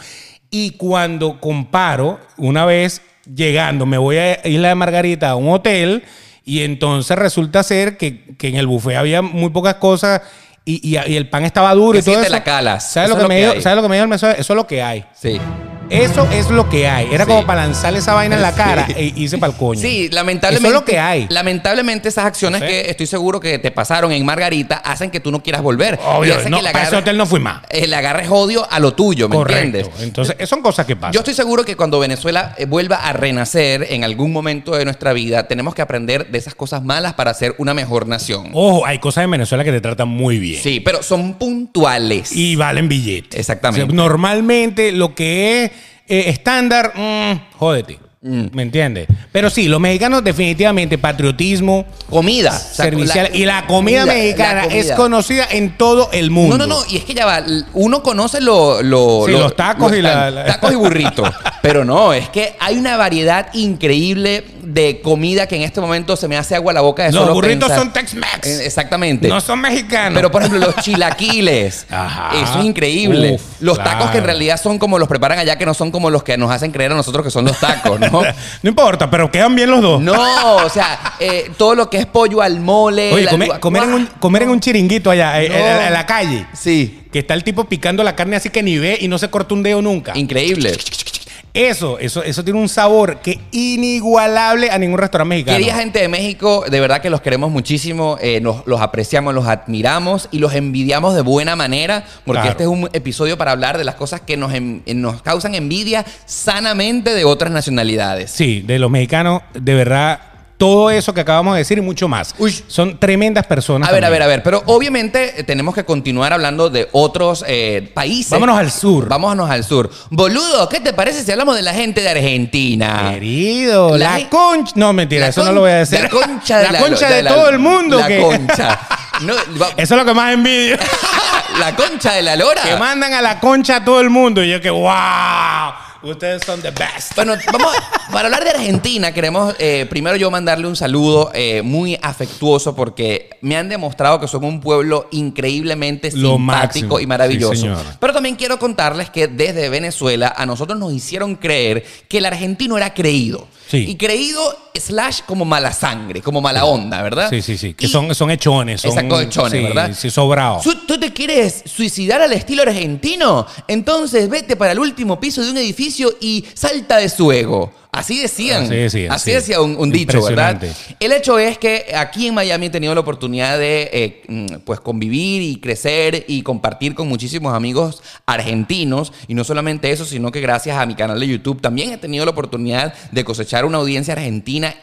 Speaker 2: Y cuando comparo, una vez llegando, me voy a Isla de Margarita a un hotel Y entonces resulta ser que, que en el buffet había muy pocas cosas y, y- y el pan estaba duro
Speaker 1: Que
Speaker 2: y todo
Speaker 1: siente
Speaker 2: eso.
Speaker 1: la calas.
Speaker 2: ¿Sabes
Speaker 1: Eso es
Speaker 2: lo, que
Speaker 1: lo
Speaker 2: me
Speaker 1: que
Speaker 2: dijo-
Speaker 1: hay.
Speaker 2: ¿Sabes lo que me dijo el mesero? Eso es lo que hay.
Speaker 1: Sí.
Speaker 2: Eso es lo que hay. Era
Speaker 1: Sí.
Speaker 2: como para lanzarle esa vaina en la cara
Speaker 1: Sí.
Speaker 2: e irse para el coño.
Speaker 1: Sí, lamentablemente.
Speaker 2: Eso es lo que hay.
Speaker 1: Lamentablemente, esas acciones
Speaker 2: Sí.
Speaker 1: que estoy seguro que te pasaron en Margarita hacen que tú no quieras volver. Y
Speaker 2: Obvio,
Speaker 1: hacen
Speaker 2: no,
Speaker 1: que le
Speaker 2: para ese
Speaker 1: agarre-
Speaker 2: hotel no fui más.
Speaker 1: el agarres odio a lo tuyo, ¿me
Speaker 2: Correcto.
Speaker 1: entiendes?
Speaker 2: Entonces, son cosas que pasan.
Speaker 1: Yo estoy seguro que cuando Venezuela eh, vuelva a renacer en algún momento de nuestra vida, tenemos que aprender de esas cosas malas para ser una mejor nación.
Speaker 2: Ojo, hay cosas en Venezuela que te tratan muy bien.
Speaker 1: Sí, pero son puntuales.
Speaker 2: Y valen billetes.
Speaker 1: Exactamente.
Speaker 2: O sea, normalmente lo que es eh, estándar, mm, jódete. ¿Me entiendes? Pero sí, los mexicanos definitivamente, patriotismo,
Speaker 1: comida. O sea,
Speaker 2: servicial. y la comida mexicana
Speaker 1: la comida.
Speaker 2: es conocida en todo el
Speaker 1: No,
Speaker 2: mundo.
Speaker 1: no, no. Y es que ya va. l- Uno conoce lo- lo-
Speaker 2: Sí,
Speaker 1: lo-
Speaker 2: los tacos y la-
Speaker 1: tan-
Speaker 2: la-
Speaker 1: Tacos y burritos. pero no, es que hay una variedad increíble de comida que en este momento se me hace agua la boca de
Speaker 2: Los
Speaker 1: solo
Speaker 2: burritos
Speaker 1: pensar.
Speaker 2: son Tex-Mex.
Speaker 1: Eh, Exactamente.
Speaker 2: No son mexicanos.
Speaker 1: Pero por ejemplo, los chilaquiles.
Speaker 2: Ajá.
Speaker 1: Eso es increíble.
Speaker 2: Uf,
Speaker 1: los tacos
Speaker 2: claro.
Speaker 1: que en realidad son como los preparan allá, que no son como los que nos hacen creer a nosotros que son los tacos, ¿no?
Speaker 2: no importa, pero quedan bien los dos.
Speaker 1: no, o sea, eh, todo lo que es pollo al mole.
Speaker 2: Oye,
Speaker 1: la
Speaker 2: come-
Speaker 1: lua-
Speaker 2: comer, en un, comer en un chiringuito allá, eh,
Speaker 1: No.
Speaker 2: eh, a la calle.
Speaker 1: Sí.
Speaker 2: Que está el tipo picando la carne así que ni ve y no se corta un dedo nunca.
Speaker 1: Increíble.
Speaker 2: Eso, eso, eso tiene un sabor que inigualable a ningún restaurante mexicano.
Speaker 1: Querida gente de México, de verdad que los queremos muchísimo, eh, nos, los apreciamos, los admiramos y los envidiamos de buena manera, porque
Speaker 2: Claro.
Speaker 1: este es un episodio para hablar de las cosas que nos, en- nos causan envidia sanamente de otras nacionalidades.
Speaker 2: Sí, de los mexicanos, de verdad, todo eso que acabamos de decir y mucho más.
Speaker 1: Uy.
Speaker 2: Son tremendas personas.
Speaker 1: A ver, a ver,
Speaker 2: también.
Speaker 1: a ver, pero obviamente eh, tenemos que continuar hablando de otros eh, países.
Speaker 2: Vámonos al sur.
Speaker 1: Vámonos al sur. Boludo, ¿qué te parece si hablamos de la gente de Argentina?
Speaker 2: Querido,
Speaker 1: Ah. La
Speaker 2: la,
Speaker 1: gen-
Speaker 2: concha. No, mentira,
Speaker 1: La
Speaker 2: eso no
Speaker 1: con-
Speaker 2: lo voy a decir.
Speaker 1: La concha de,
Speaker 2: La
Speaker 1: la-
Speaker 2: concha de
Speaker 1: la-
Speaker 2: todo el mundo.
Speaker 1: La
Speaker 2: que-
Speaker 1: concha. No, va-
Speaker 2: Eso es lo que más envidio.
Speaker 1: la concha de la lora.
Speaker 2: que mandan a la concha a todo el mundo. Y yo que, wow, ustedes son the best.
Speaker 1: Bueno, vamos a- para hablar de Argentina queremos eh, primero yo mandarle un saludo eh, muy afectuoso porque me han demostrado que son un pueblo increíblemente
Speaker 2: Lo
Speaker 1: simpático
Speaker 2: máximo.
Speaker 1: y maravilloso.
Speaker 2: Sí, señor.
Speaker 1: Pero también quiero contarles que desde Venezuela a nosotros nos hicieron creer que el argentino era creído
Speaker 2: Sí.
Speaker 1: y creído slash como mala sangre, como mala onda, ¿verdad?
Speaker 2: Sí, sí, sí. Que
Speaker 1: Y-
Speaker 2: son, son hechones. Son,
Speaker 1: Exacto, hechones,
Speaker 2: sí,
Speaker 1: ¿verdad?
Speaker 2: Sí, sobrado.
Speaker 1: ¿Tú, tú te quieres suicidar al estilo argentino? Entonces vete para el último piso de un edificio y salta de su ego. Así decían.
Speaker 2: Así decían, sí.
Speaker 1: decía un, un dicho, ¿verdad?
Speaker 2: Impresionante.
Speaker 1: El hecho es que aquí en Miami he tenido la oportunidad de eh, mm, pues convivir y crecer y compartir con muchísimos amigos argentinos. Y no solamente eso, sino que gracias a mi canal de YouTube también he tenido la oportunidad de cosechar una audiencia argentina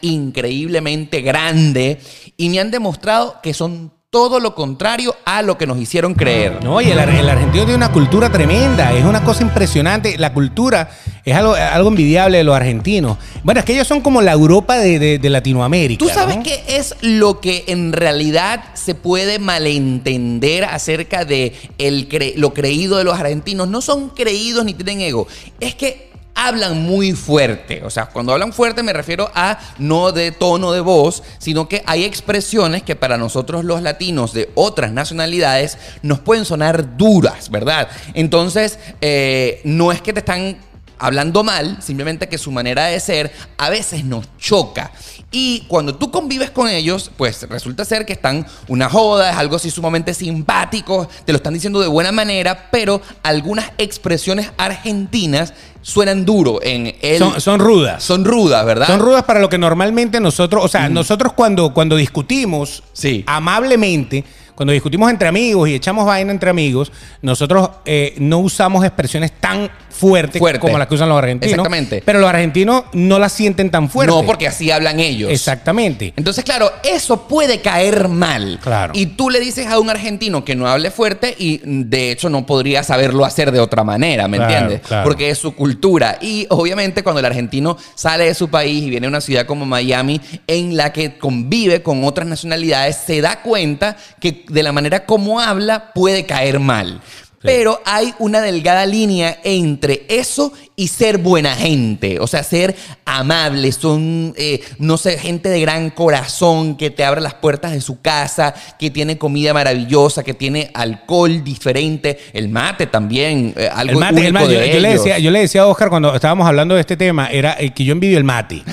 Speaker 1: increíblemente grande. Y me han demostrado que son todo lo contrario a lo que nos hicieron creer.
Speaker 2: No, y el, ar- el argentino tiene una cultura tremenda, es una cosa impresionante. La cultura es algo, algo envidiable de los argentinos. Bueno, es que ellos son como la Europa de, de- de Latinoamérica.
Speaker 1: ¿Tú sabes
Speaker 2: ¿no?
Speaker 1: qué es lo que en realidad se puede malentender acerca de el cre- lo creído de los argentinos? No son creídos ni tienen ego. Es que hablan muy fuerte. O sea, cuando hablan fuerte me refiero a no de tono de voz, sino que hay expresiones que para nosotros los latinos de otras nacionalidades nos pueden sonar duras, ¿verdad? Entonces, eh, no es que te están hablando mal, simplemente que su manera de ser a veces nos choca. Y cuando tú convives con ellos, pues resulta ser que están una joda, es algo así sumamente simpático, te lo están diciendo de buena manera, pero algunas expresiones argentinas suenan duro en él.
Speaker 2: Son, son rudas.
Speaker 1: son rudas, ¿verdad?
Speaker 2: Son rudas para lo que normalmente nosotros, o sea, nosotros cuando, cuando discutimos
Speaker 1: Mm. Sí.
Speaker 2: amablemente, cuando discutimos entre amigos y echamos vaina entre amigos, nosotros eh, no usamos expresiones tan fuertes
Speaker 1: Fuerte.
Speaker 2: como las que usan los argentinos.
Speaker 1: Exactamente.
Speaker 2: Pero los argentinos no las sienten tan fuertes.
Speaker 1: No, porque así hablan ellos.
Speaker 2: Exactamente.
Speaker 1: Entonces, claro, eso puede caer mal.
Speaker 2: Claro.
Speaker 1: Y tú le dices a un argentino que no hable fuerte y mm, de hecho no podría saberlo hacer de otra manera, ¿me
Speaker 2: Claro,
Speaker 1: entiendes?
Speaker 2: claro.
Speaker 1: Porque es su cultura. Y obviamente cuando el argentino sale de su país y viene a una ciudad como Miami en la que convive con otras nacionalidades, se da cuenta que de la manera como habla puede caer mal. Pero hay una delgada línea entre eso y ser buena gente. O sea, ser amable. Son, eh, no sé, gente de gran corazón que te abre las puertas de su casa, que tiene comida maravillosa, que tiene alcohol diferente. El mate también, eh, algo
Speaker 2: El mate,
Speaker 1: único
Speaker 2: el mate. Yo,
Speaker 1: de
Speaker 2: yo le
Speaker 1: ellos.
Speaker 2: decía, yo le decía a Oscar cuando estábamos hablando de este tema, era eh, que yo envidio el mate.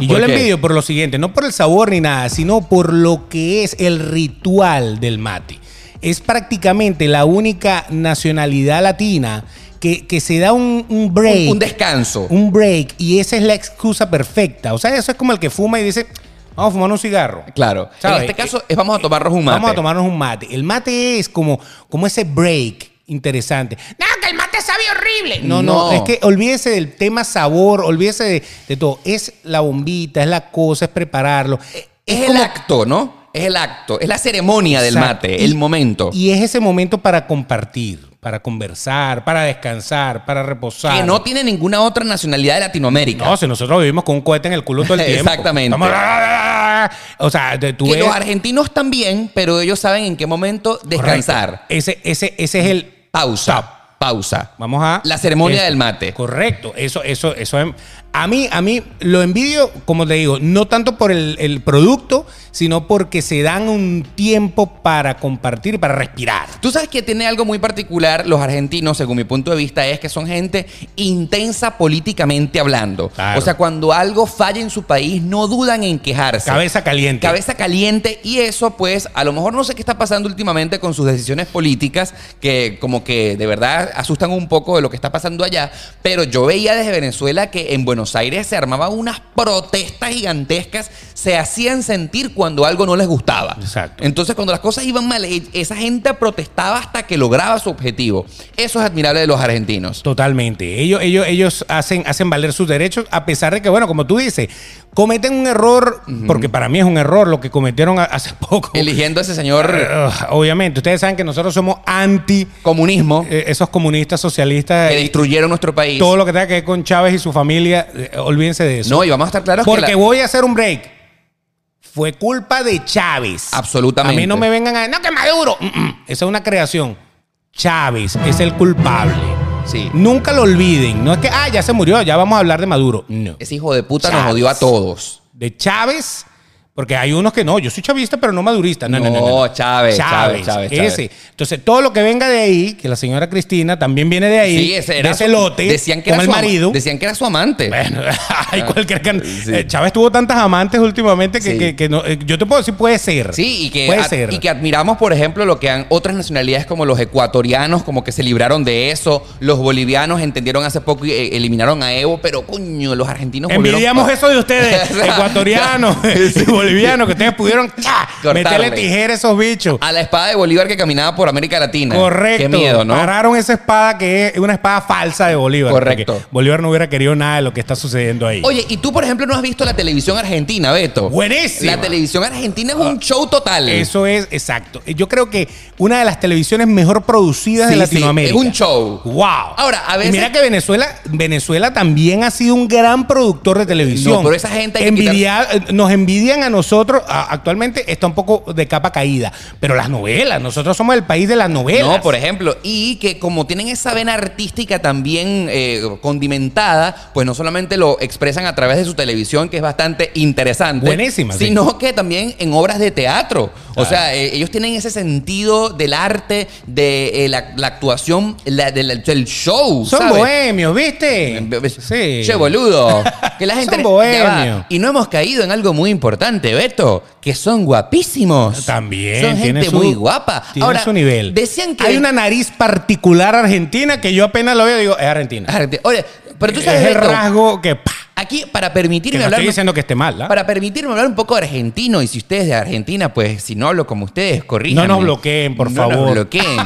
Speaker 2: Y yo
Speaker 1: ¿Por
Speaker 2: lo
Speaker 1: qué?
Speaker 2: envidio por lo siguiente, no por el sabor ni nada, sino por lo que es el ritual del mate. Es prácticamente la única nacionalidad latina que, que se da un, un break.
Speaker 1: un, un descanso.
Speaker 2: un break. Y esa es la excusa perfecta. O sea, eso es como el que fuma y dice, vamos a fumar un cigarro.
Speaker 1: claro.
Speaker 2: ¿Sabes?
Speaker 1: En este caso es vamos a tomarnos un mate.
Speaker 2: eh, Vamos a tomarnos un mate. El mate es como, como ese break interesante.
Speaker 3: No, que el mate sabe horrible.
Speaker 2: No,
Speaker 1: No.
Speaker 2: no, es que olvídese del tema sabor, olvídese de, de todo. Es la bombita, es la cosa, es prepararlo.
Speaker 1: Es, el
Speaker 2: como-
Speaker 1: acto, ¿no? Es el acto, es la ceremonia del
Speaker 2: Exacto.
Speaker 1: mate,
Speaker 2: Y-
Speaker 1: el momento.
Speaker 2: Y es ese momento para compartir, para conversar, para descansar, para reposar.
Speaker 1: Que no tiene ninguna otra nacionalidad de Latinoamérica.
Speaker 2: No, si nosotros vivimos con un cohete en el culo todo el tiempo.
Speaker 1: Exactamente.
Speaker 2: Estamos- O sea, de- tú
Speaker 1: que
Speaker 2: ves-
Speaker 1: los argentinos también, pero ellos saben en qué momento descansar.
Speaker 2: Correcto. Ese, ese, ese es el
Speaker 1: Pausa.
Speaker 2: Stop.
Speaker 1: Pausa.
Speaker 2: Vamos a
Speaker 1: La ceremonia
Speaker 2: Eso.
Speaker 1: del mate.
Speaker 2: Correcto, eso, eso, eso. em- A mí, a mí lo envidio, como te digo, no tanto por el, el producto, sino porque se dan un tiempo para compartir, para respirar.
Speaker 1: Tú sabes que tiene algo muy particular los argentinos, según mi punto de vista, es que son gente intensa políticamente hablando.
Speaker 2: Claro.
Speaker 1: O sea, cuando algo falla en su país, no dudan en quejarse.
Speaker 2: Cabeza caliente.
Speaker 1: Cabeza caliente y eso pues a lo mejor no sé qué está pasando últimamente con sus decisiones políticas que como que de verdad asustan un poco de lo que está pasando allá, pero yo veía desde Venezuela que en Buenos Aires se armaban unas protestas gigantescas, se hacían sentir cuando algo no les gustaba.
Speaker 2: Exacto.
Speaker 1: Entonces cuando las cosas iban mal, e- esa gente protestaba hasta que lograba su objetivo. Eso es admirable de los argentinos.
Speaker 2: Totalmente. Ellos, ellos, ellos hacen, hacen valer sus derechos, a pesar de que, bueno, como tú dices, cometen un error, porque para mí es un error lo que cometieron a- hace poco.
Speaker 1: Eligiendo a ese señor
Speaker 2: Ugh, obviamente, ustedes saben que nosotros somos anti
Speaker 1: comunismo
Speaker 2: eh, esos comunistas socialistas.
Speaker 1: que
Speaker 2: eh,
Speaker 1: destruyeron nuestro país.
Speaker 2: todo lo que tenga que ver con Chávez y su familia, eh, olvídense de eso.
Speaker 1: No, y vamos a estar claros que
Speaker 2: Porque
Speaker 1: la-
Speaker 2: voy a hacer un break. Fue culpa de Chávez.
Speaker 1: Absolutamente.
Speaker 2: A mí no me vengan a. No, que Maduro. Mm, mm. Esa es una creación. Chávez es el culpable.
Speaker 1: Sí.
Speaker 2: Nunca lo olviden. No es que, ah, ya se murió, ya vamos a hablar de Maduro. No.
Speaker 1: Ese hijo de puta
Speaker 2: Chávez.
Speaker 1: nos odió a todos.
Speaker 2: De Chávez, porque hay unos que no, yo soy chavista, pero no madurista. No, no, no.
Speaker 1: No, Chávez, Chávez, Chávez, Chávez.
Speaker 2: Ese. Entonces, todo lo que venga de ahí, que la señora Cristina también viene de ahí, de ese
Speaker 1: su-
Speaker 2: lote,
Speaker 1: Decían que
Speaker 2: con
Speaker 1: era
Speaker 2: el
Speaker 1: su ama-
Speaker 2: marido.
Speaker 1: Decían que era su amante.
Speaker 2: Bueno, hay cualquier can-
Speaker 1: Ah, Sí.
Speaker 2: Eh, Chávez tuvo tantas amantes últimamente que,
Speaker 1: Sí.
Speaker 2: que- que no- eh, yo te puedo decir, puede ser.
Speaker 1: Sí, y que,
Speaker 2: puede
Speaker 1: ad-
Speaker 2: ser.
Speaker 1: y que admiramos, por ejemplo, lo que han otras nacionalidades como los ecuatorianos, como que se libraron de eso. Los bolivianos entendieron hace poco y eh, eliminaron a Evo, pero coño, los argentinos volvieron-
Speaker 2: Envidiamos eso de ustedes,
Speaker 1: O sea,
Speaker 2: ecuatorianos y bolivianos, que ustedes pudieron ¡cha!
Speaker 1: Cortarle.
Speaker 2: meterle tijera a esos bichos.
Speaker 1: A la espada de Bolívar que caminaba por América Latina.
Speaker 2: Correcto.
Speaker 1: Qué miedo, ¿no?
Speaker 2: Pararon esa espada que es una espada falsa de Bolívar.
Speaker 1: Correcto.
Speaker 2: porque Bolívar no hubiera querido nada de lo que está sucediendo ahí.
Speaker 1: Oye, y tú, por ejemplo, no has visto la televisión argentina, Beto.
Speaker 2: Buenísima. Ah,
Speaker 1: La televisión argentina es un show total.
Speaker 2: Eso es, exacto. Eh, Yo creo que una de las televisiones mejor producidas de
Speaker 1: Sí, sí,
Speaker 2: Latinoamérica.
Speaker 1: es un show.
Speaker 2: Wow.
Speaker 1: Ahora, a
Speaker 2: Y
Speaker 1: veces-
Speaker 2: mira que Venezuela, Venezuela también ha sido un gran productor de televisión.
Speaker 1: No, pero esa gente hay que
Speaker 2: Envidia- eh, nos envidian a nosotros. a- actualmente está un poco de capa caída. Pero las novelas, nosotros somos el país de las novelas.
Speaker 1: No, por ejemplo. Y que como tienen esa vena artística también eh, condimentada, pues no solamente lo expresan a través de su televisión, que es bastante interesante.
Speaker 2: Buenísima, sí.
Speaker 1: Sino que también en obras de teatro. O sea, eh, ellos tienen ese sentido del arte, de eh, la, la actuación, la- del, del show.
Speaker 2: Son
Speaker 1: ¿sabes? Em,
Speaker 2: bohemios, ¿viste?
Speaker 1: Sí. Che, boludo. Que la gente.
Speaker 2: Son bohemios.
Speaker 1: Ya va. Y no hemos caído en algo muy importante, Beto. Que son guapísimos.
Speaker 2: También.
Speaker 1: Son
Speaker 2: tiene
Speaker 1: gente
Speaker 2: su-
Speaker 1: muy guapa.
Speaker 2: Tiene
Speaker 1: Ahora,
Speaker 2: su nivel.
Speaker 1: Decían que.
Speaker 2: Hay una nariz particular argentina que yo apenas lo veo y digo, es argentina.
Speaker 1: Argenti- Oye, pero tú sabes.
Speaker 2: es el
Speaker 1: Beto,
Speaker 2: rasgo que... ¡pa!
Speaker 1: Aquí, para permitirme
Speaker 2: Que no
Speaker 1: hablar.
Speaker 2: estoy diciendo que esté mal, ¿ah?
Speaker 1: Para permitirme hablar un poco de argentino, y si ustedes de Argentina, pues si no hablo como ustedes, corríjanme.
Speaker 2: No nos bloqueen, por
Speaker 1: No
Speaker 2: favor.
Speaker 1: nos bloqueen.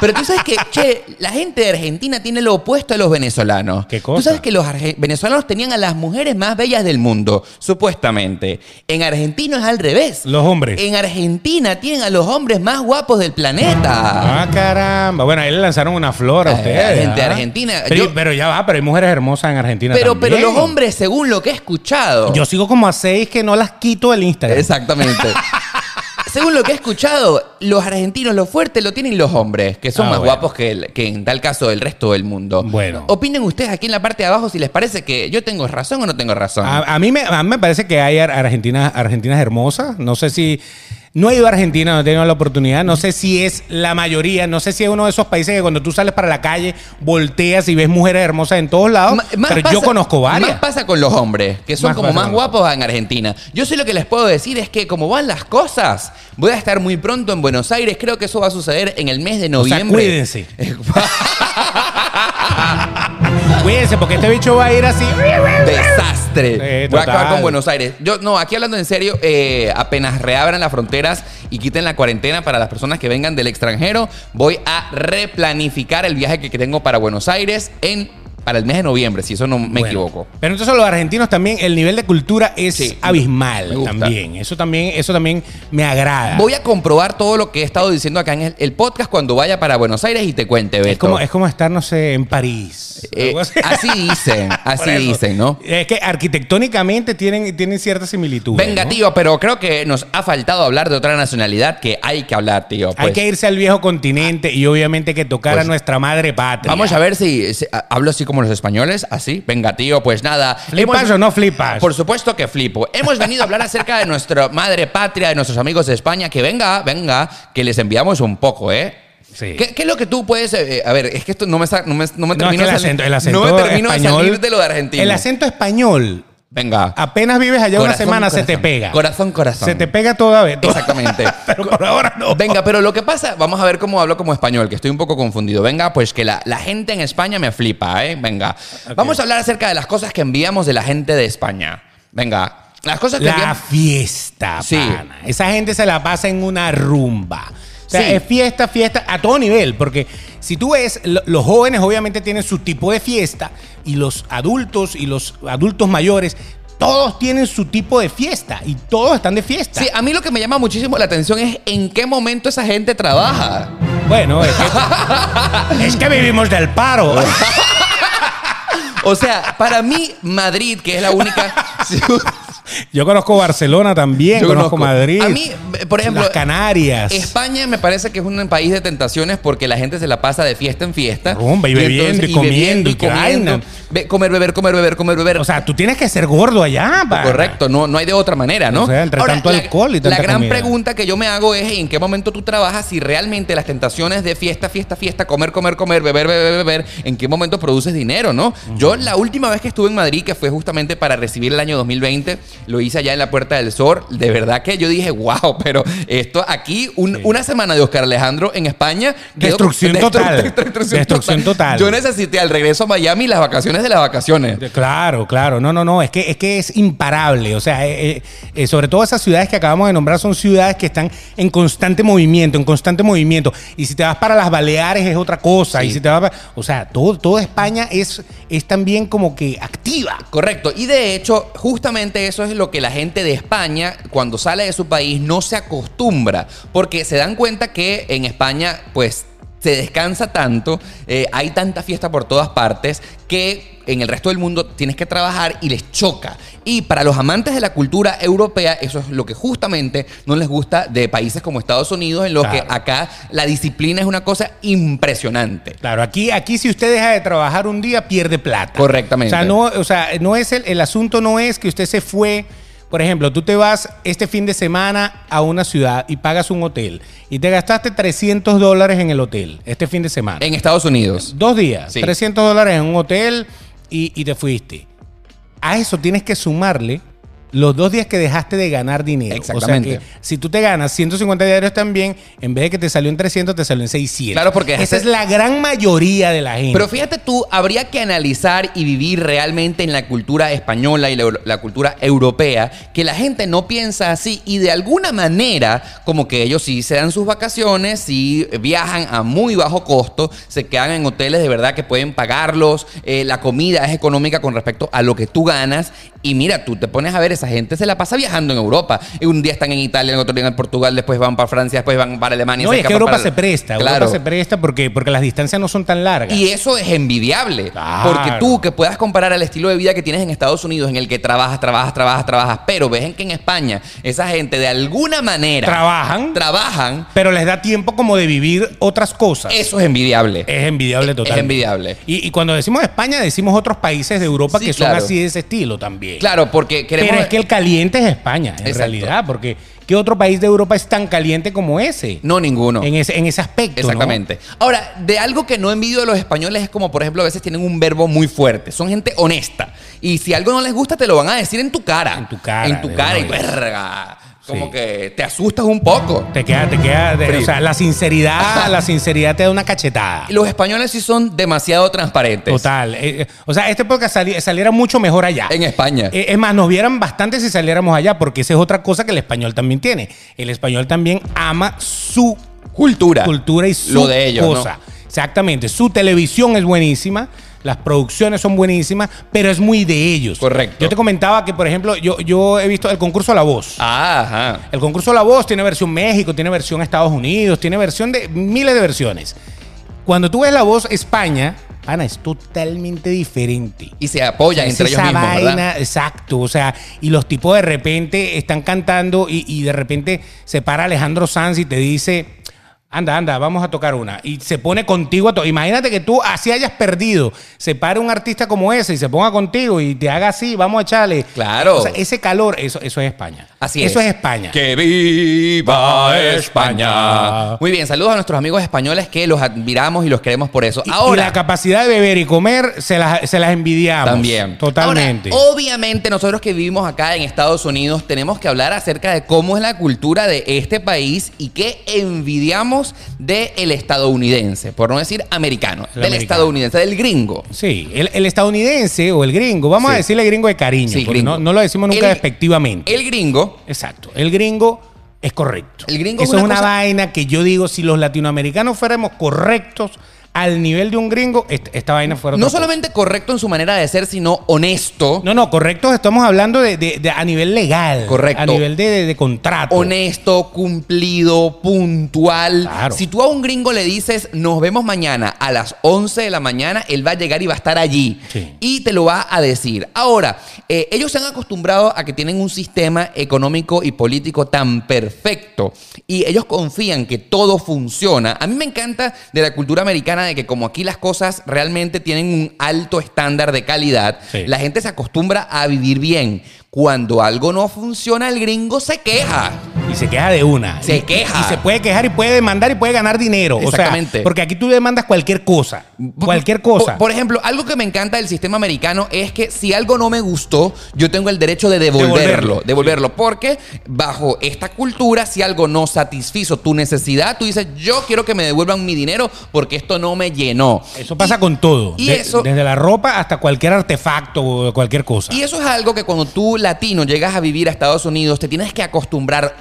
Speaker 1: Pero tú sabes que, che, la gente de Argentina tiene lo opuesto a los venezolanos.
Speaker 2: ¿Qué cosa?
Speaker 1: Tú sabes que los arge- venezolanos tenían a las mujeres más bellas del mundo, supuestamente. En Argentina es al revés.
Speaker 2: Los hombres.
Speaker 1: En Argentina tienen a los hombres más guapos del planeta.
Speaker 2: Ah, caramba. Bueno, ahí le lanzaron una flor a
Speaker 1: Ah,
Speaker 2: ustedes.
Speaker 1: gente de
Speaker 2: ¿ah?
Speaker 1: Argentina.
Speaker 2: Pero,
Speaker 1: Yo-
Speaker 2: pero ya va, pero hay mujeres hermosas en Argentina.
Speaker 1: pero,
Speaker 2: también.
Speaker 1: pero los hombres, según lo que he escuchado.
Speaker 2: Yo sigo como a seis que no las quito del Instagram.
Speaker 1: Exactamente. Eh. según lo que he escuchado, los argentinos lo fuerte lo tienen los hombres, que son
Speaker 2: Ah,
Speaker 1: más
Speaker 2: bueno.
Speaker 1: guapos que, el- que en tal caso el resto del mundo.
Speaker 2: Bueno.
Speaker 1: Opinen ustedes aquí en la parte de abajo si les parece que yo tengo razón o no tengo razón.
Speaker 2: A, a mí me, a mí me parece que hay ar- argentinas argentinas hermosas. No sé si. No he ido a Argentina, no he tenido la oportunidad. No sé si es la mayoría. No sé si es uno de esos países que cuando tú sales para la calle volteas y ves mujeres hermosas en todos lados.
Speaker 1: Ma- más
Speaker 2: oh, pero yo
Speaker 1: pasa-
Speaker 2: conozco varias.
Speaker 1: Más pasa con los hombres, que son
Speaker 2: Más
Speaker 1: como
Speaker 2: pasa
Speaker 1: más
Speaker 2: con los
Speaker 1: guapos en Argentina. Yo sí lo que les puedo decir es que como van las cosas, voy a estar muy pronto en Buenos Aires. Creo que eso va a suceder en el mes de
Speaker 2: sea,
Speaker 1: noviembre.
Speaker 2: cuídense. Cuídense, porque este bicho va a ir así.
Speaker 1: Desastre.
Speaker 2: Sí,
Speaker 1: Voy a acabar
Speaker 2: total.
Speaker 1: con Buenos Aires. Yo, no, aquí hablando en serio, eh, apenas reabran las fronteras y quiten la cuarentena para las personas que vengan del extranjero, voy a replanificar el viaje que que tengo para Buenos Aires en, para el mes de noviembre, si eso no me
Speaker 2: Bueno,
Speaker 1: equivoco.
Speaker 2: Pero entonces los argentinos también, el nivel de cultura es
Speaker 1: Sí, me
Speaker 2: abismal
Speaker 1: gusta.
Speaker 2: también. Eso también, eso también me agrada.
Speaker 1: Voy a comprobar todo lo que he estado diciendo acá en el, el podcast cuando vaya para Buenos Aires y te cuente, Beto.
Speaker 2: es como, es como estar, no sé, en París.
Speaker 1: Eh,
Speaker 2: Algo así.
Speaker 1: así dicen,
Speaker 2: Por
Speaker 1: así
Speaker 2: eso.
Speaker 1: dicen, ¿no?
Speaker 2: Es que arquitectónicamente tienen, tienen cierta similitud.
Speaker 1: Venga, tío, pero creo que nos ha faltado hablar de otra nacionalidad que hay que hablar, tío.
Speaker 2: Hay
Speaker 1: pues.
Speaker 2: que irse al viejo continente y obviamente hay que tocar
Speaker 1: Pues-
Speaker 2: a nuestra madre patria.
Speaker 1: Vamos a ver si, si- a- hablo así como los españoles, así. Venga, tío, pues nada.
Speaker 2: ¿Flipas
Speaker 1: Hemos-
Speaker 2: o no flipas?
Speaker 1: Por supuesto que flipo. Hemos venido a hablar acerca de nuestra madre patria, de nuestros amigos de España, que venga, venga, que les enviamos un poco, ¿eh?
Speaker 2: Sí.
Speaker 1: ¿Qué, qué es lo que tú puedes.? eh, a ver, es que esto no me, sa- no me, no me
Speaker 2: No, es que
Speaker 1: termino,
Speaker 2: el
Speaker 1: de sali-
Speaker 2: acento, el acento
Speaker 1: no me termino
Speaker 2: español,
Speaker 1: de salir de lo de Argentina.
Speaker 2: El acento español,
Speaker 1: Venga.
Speaker 2: apenas vives allá una
Speaker 1: Corazón,
Speaker 2: semana, se te
Speaker 1: corazón.
Speaker 2: pega.
Speaker 1: Corazón, corazón.
Speaker 2: Se te pega toda vez.
Speaker 1: Exactamente.
Speaker 2: Pero por ahora no.
Speaker 1: Venga, pero lo que pasa, vamos a ver cómo hablo como español, que estoy un poco confundido. Venga, pues que la, la gente en España me flipa, ¿eh? Venga. Vamos a hablar acerca de las cosas que enviamos de la gente de España. Venga, las cosas que
Speaker 2: La
Speaker 1: enviamos...
Speaker 2: fiesta,
Speaker 1: Sí.
Speaker 2: pana. Esa gente se la pasa en una rumba. O sea,
Speaker 1: Sí.
Speaker 2: es fiesta, fiesta a todo nivel, porque si tú ves, lo- los jóvenes obviamente tienen su tipo de fiesta y los adultos y los adultos mayores, todos tienen su tipo de fiesta y todos están de fiesta.
Speaker 1: Sí, a mí lo que me llama muchísimo la atención es en qué momento esa gente trabaja.
Speaker 2: Bueno, es que, es que vivimos del paro.
Speaker 1: O sea, para mí, Madrid, que es la única...
Speaker 2: Yo conozco Barcelona también,
Speaker 1: Yo
Speaker 2: conozco,
Speaker 1: conozco.
Speaker 2: Madrid.
Speaker 1: A mí, por ejemplo,
Speaker 2: las Canarias.
Speaker 1: España me parece que es un país de tentaciones porque la gente se la pasa de fiesta en fiesta.
Speaker 2: Rumba y bebiendo y comiendo y qué vaina.
Speaker 1: Be- comer, beber, comer, beber, comer, beber.
Speaker 2: O sea, tú tienes que ser gordo allá, pana.
Speaker 1: Correcto, no, no hay de otra manera, ¿no?
Speaker 2: O sea, entre tanto
Speaker 1: la-
Speaker 2: alcohol y
Speaker 1: La
Speaker 2: tanta
Speaker 1: gran
Speaker 2: comida.
Speaker 1: pregunta que yo me hago es en qué momento tú trabajas si realmente las tentaciones de fiesta, fiesta, fiesta, comer, comer, comer, beber, beber, beber, en qué momento produces dinero, ¿no? Yo la última vez que estuve en Madrid, que fue justamente para recibir el año 2020, lo hice allá en la Puerta del Sol, de verdad que yo dije, wow, pero esto aquí, un- una semana de Oscar Alejandro en España... quedó-
Speaker 2: Destrucción total. Destrucción total.
Speaker 1: Yo necesité al regreso a Miami las vacaciones de las vacaciones.
Speaker 2: De- Claro, claro. No, no, no. Es que es, que es imparable. O sea, eh, eh, eh, sobre todo esas ciudades que acabamos de nombrar son ciudades que están en constante movimiento, en constante movimiento. Y si te vas para las Baleares es otra cosa.
Speaker 1: Sí.
Speaker 2: Y si te vas para- O sea, todo, toda España es, es también como que activa.
Speaker 1: Correcto. Y de hecho, justamente eso es lo que la gente de España, cuando sale de su país, no se acostumbra. Porque se dan cuenta que en España, pues, se descansa tanto, eh, hay tanta fiesta por todas partes, que en el resto del mundo tienes que trabajar y les choca. Y para los amantes de la cultura europea, eso es lo que justamente no les gusta de países como Estados Unidos, en los
Speaker 2: Claro.
Speaker 1: que acá la disciplina es una cosa impresionante.
Speaker 2: Claro, aquí, aquí si usted deja de trabajar un día, pierde plata.
Speaker 1: Correctamente.
Speaker 2: O sea, no, o sea, no es el, el asunto no es que usted se fue. Por ejemplo, tú te vas este fin de semana a una ciudad y pagas un hotel y te gastaste 300 dólares en el hotel este fin de semana.
Speaker 1: En Estados Unidos.
Speaker 2: Dos días,
Speaker 1: Sí.
Speaker 2: 300 dólares en un hotel y, y te fuiste. A eso tienes que sumarle los dos días que dejaste de ganar dinero.
Speaker 1: Exactamente.
Speaker 2: O sea que si tú te ganas 150 diarios también, en vez de que te salió en 300, te salió en 600.
Speaker 1: Claro, porque dejaste-
Speaker 2: Esa es la gran mayoría de la gente.
Speaker 1: Pero fíjate tú, habría que analizar y vivir realmente en la cultura española y la, euro- la cultura europea, que la gente no piensa así y de alguna manera, como que ellos sí se dan sus vacaciones, sí viajan a muy bajo costo, se quedan en hoteles de verdad que pueden pagarlos, eh, la comida es económica con respecto a lo que tú ganas y mira, tú te pones a ver esa gente se la pasa viajando en Europa. Y un día están en Italia, en otro día en Portugal, después van para Francia, después van para Alemania.
Speaker 2: No, y es que
Speaker 1: escapan
Speaker 2: Europa
Speaker 1: para-
Speaker 2: se presta.
Speaker 1: Claro.
Speaker 2: Europa se presta porque, porque las distancias no son tan largas.
Speaker 1: Y eso es envidiable.
Speaker 2: Claro.
Speaker 1: Porque tú que puedas comparar el estilo de vida que tienes en Estados Unidos, en el que trabajas, trabajas, trabajas, trabajas, pero ves en que en España esa gente de alguna manera
Speaker 2: Trabajan,
Speaker 1: trabajan,
Speaker 2: pero les da tiempo como de vivir otras cosas.
Speaker 1: eso es envidiable.
Speaker 2: Es envidiable totalmente.
Speaker 1: envidiable.
Speaker 2: Y, y cuando decimos España, decimos otros países de Europa
Speaker 1: Sí,
Speaker 2: que son
Speaker 1: claro.
Speaker 2: así de ese estilo también.
Speaker 1: Claro, porque queremos...
Speaker 2: Pero es que el caliente es España, en
Speaker 1: Exacto.
Speaker 2: realidad, porque ¿qué otro país de Europa es tan caliente como ese?
Speaker 1: No, ninguno.
Speaker 2: En ese, en ese aspecto. ¿no?
Speaker 1: Exactamente. Ahora, de algo que no envidio de los españoles es como, por ejemplo, a veces tienen un verbo muy fuerte. Son gente honesta. Y si algo no les gusta, te lo van a decir en tu cara.
Speaker 2: En tu cara,
Speaker 1: En tu
Speaker 2: de
Speaker 1: cara. Y
Speaker 2: verdad.
Speaker 1: verga. Como
Speaker 2: Sí.
Speaker 1: que te asustas un poco.
Speaker 2: Te queda, te queda. de-
Speaker 1: Frío.
Speaker 2: o sea, la sinceridad,
Speaker 1: Ajá.
Speaker 2: la sinceridad te da una cachetada.
Speaker 1: Los españoles sí son demasiado transparentes.
Speaker 2: Total. Eh, eh, o sea, este podcast sali- saliera mucho mejor allá.
Speaker 1: En España.
Speaker 2: Eh, es más, nos vieran bastante si saliéramos allá, porque esa es otra cosa que el español también tiene. El español también ama su
Speaker 1: Cultura.
Speaker 2: cultura y su
Speaker 1: Lo de ellos, ¿no?
Speaker 2: cosa. Exactamente. Su televisión es buenísima. Las producciones son buenísimas, pero es muy de ellos.
Speaker 1: Correcto.
Speaker 2: Yo te comentaba que, por ejemplo, yo, yo he visto el concurso La Voz.
Speaker 1: Ah, Ajá.
Speaker 2: El concurso La Voz tiene versión México, tiene versión Estados Unidos, tiene versión de miles de versiones. Cuando tú ves La Voz España, Ana, es totalmente diferente.
Speaker 1: Y se apoyan
Speaker 2: Es
Speaker 1: entre ellos
Speaker 2: esa
Speaker 1: mismos, ¿verdad?
Speaker 2: vaina, exacto. O sea, y los tipos de repente están cantando y, y de repente se para Alejandro Sanz y te dice, anda, anda, vamos a tocar una. Y se pone contigo a to- Imagínate que tú así hayas perdido, se para un artista como ese y se ponga contigo y te haga así, vamos a echarle.
Speaker 1: Claro.
Speaker 2: O sea, ese calor, eso, eso es España.
Speaker 1: Así
Speaker 2: Eso
Speaker 1: es.
Speaker 2: es España.
Speaker 1: ¡Que viva España! Muy bien, saludos a nuestros amigos españoles que los admiramos y los queremos por eso.
Speaker 2: Y- y
Speaker 1: Ahora,
Speaker 2: la capacidad de beber y comer se las, se las envidiamos.
Speaker 1: También.
Speaker 2: Totalmente.
Speaker 1: Ahora, obviamente, nosotros que vivimos acá en Estados Unidos tenemos que hablar acerca de cómo es la cultura de este país y qué envidiamos del estadounidense, por no decir americano, del
Speaker 2: americano.
Speaker 1: estadounidense, del gringo.
Speaker 2: Sí, el, el estadounidense o el gringo, vamos
Speaker 1: Sí.
Speaker 2: a decirle gringo de cariño,
Speaker 1: Sí,
Speaker 2: porque
Speaker 1: gringo.
Speaker 2: No, no lo decimos nunca
Speaker 1: El-
Speaker 2: despectivamente.
Speaker 1: El gringo.
Speaker 2: Exacto, el gringo es correcto.
Speaker 1: El gringo es
Speaker 2: Eso es
Speaker 1: una
Speaker 2: una
Speaker 1: cosa-
Speaker 2: vaina que yo digo, si los latinoamericanos fuéramos correctos al nivel de un gringo, est- esta vaina fuera otra
Speaker 1: No
Speaker 2: cosa.
Speaker 1: solamente correcto en su manera de ser, sino honesto.
Speaker 2: No, no, correctos estamos hablando de, de- de- a nivel legal.
Speaker 1: Correcto.
Speaker 2: A nivel de, de- de contrato.
Speaker 1: Honesto, cumplido, puntual.
Speaker 2: Claro.
Speaker 1: Si tú a un gringo le dices, nos vemos mañana a las 11 de la mañana, él va a llegar y va a estar allí.
Speaker 2: Sí.
Speaker 1: Y te lo va a decir. Ahora, eh, ellos se han acostumbrado a que tienen un sistema económico y político tan perfecto. Y ellos confían que todo funciona. A mí me encanta de la cultura americana de que como aquí las cosas realmente tienen un alto estándar de calidad,
Speaker 2: Sí.
Speaker 1: la gente se acostumbra a vivir bien. Cuando algo no funciona, el gringo se queja.
Speaker 2: Y se queja de una.
Speaker 1: Se
Speaker 2: Y-
Speaker 1: queja.
Speaker 2: Y se puede quejar y puede demandar y puede ganar dinero. O sea,
Speaker 1: Exactamente.
Speaker 2: porque aquí tú demandas cualquier cosa. Cualquier cosa.
Speaker 1: Por, por ejemplo, algo que me encanta del sistema americano es que si algo no me gustó, yo tengo el derecho de devolverlo.
Speaker 2: Devolverlo,
Speaker 1: Devolverlo. Porque bajo esta cultura, si algo no satisfizo tu necesidad, tú dices, yo quiero que me devuelvan mi dinero porque esto no me llenó.
Speaker 2: Eso pasa
Speaker 1: Y-
Speaker 2: con todo.
Speaker 1: y
Speaker 2: De-
Speaker 1: eso-
Speaker 2: Desde la ropa hasta cualquier artefacto o cualquier cosa.
Speaker 1: Y eso es algo que cuando tú latino llegas a vivir a Estados Unidos te tienes que acostumbrar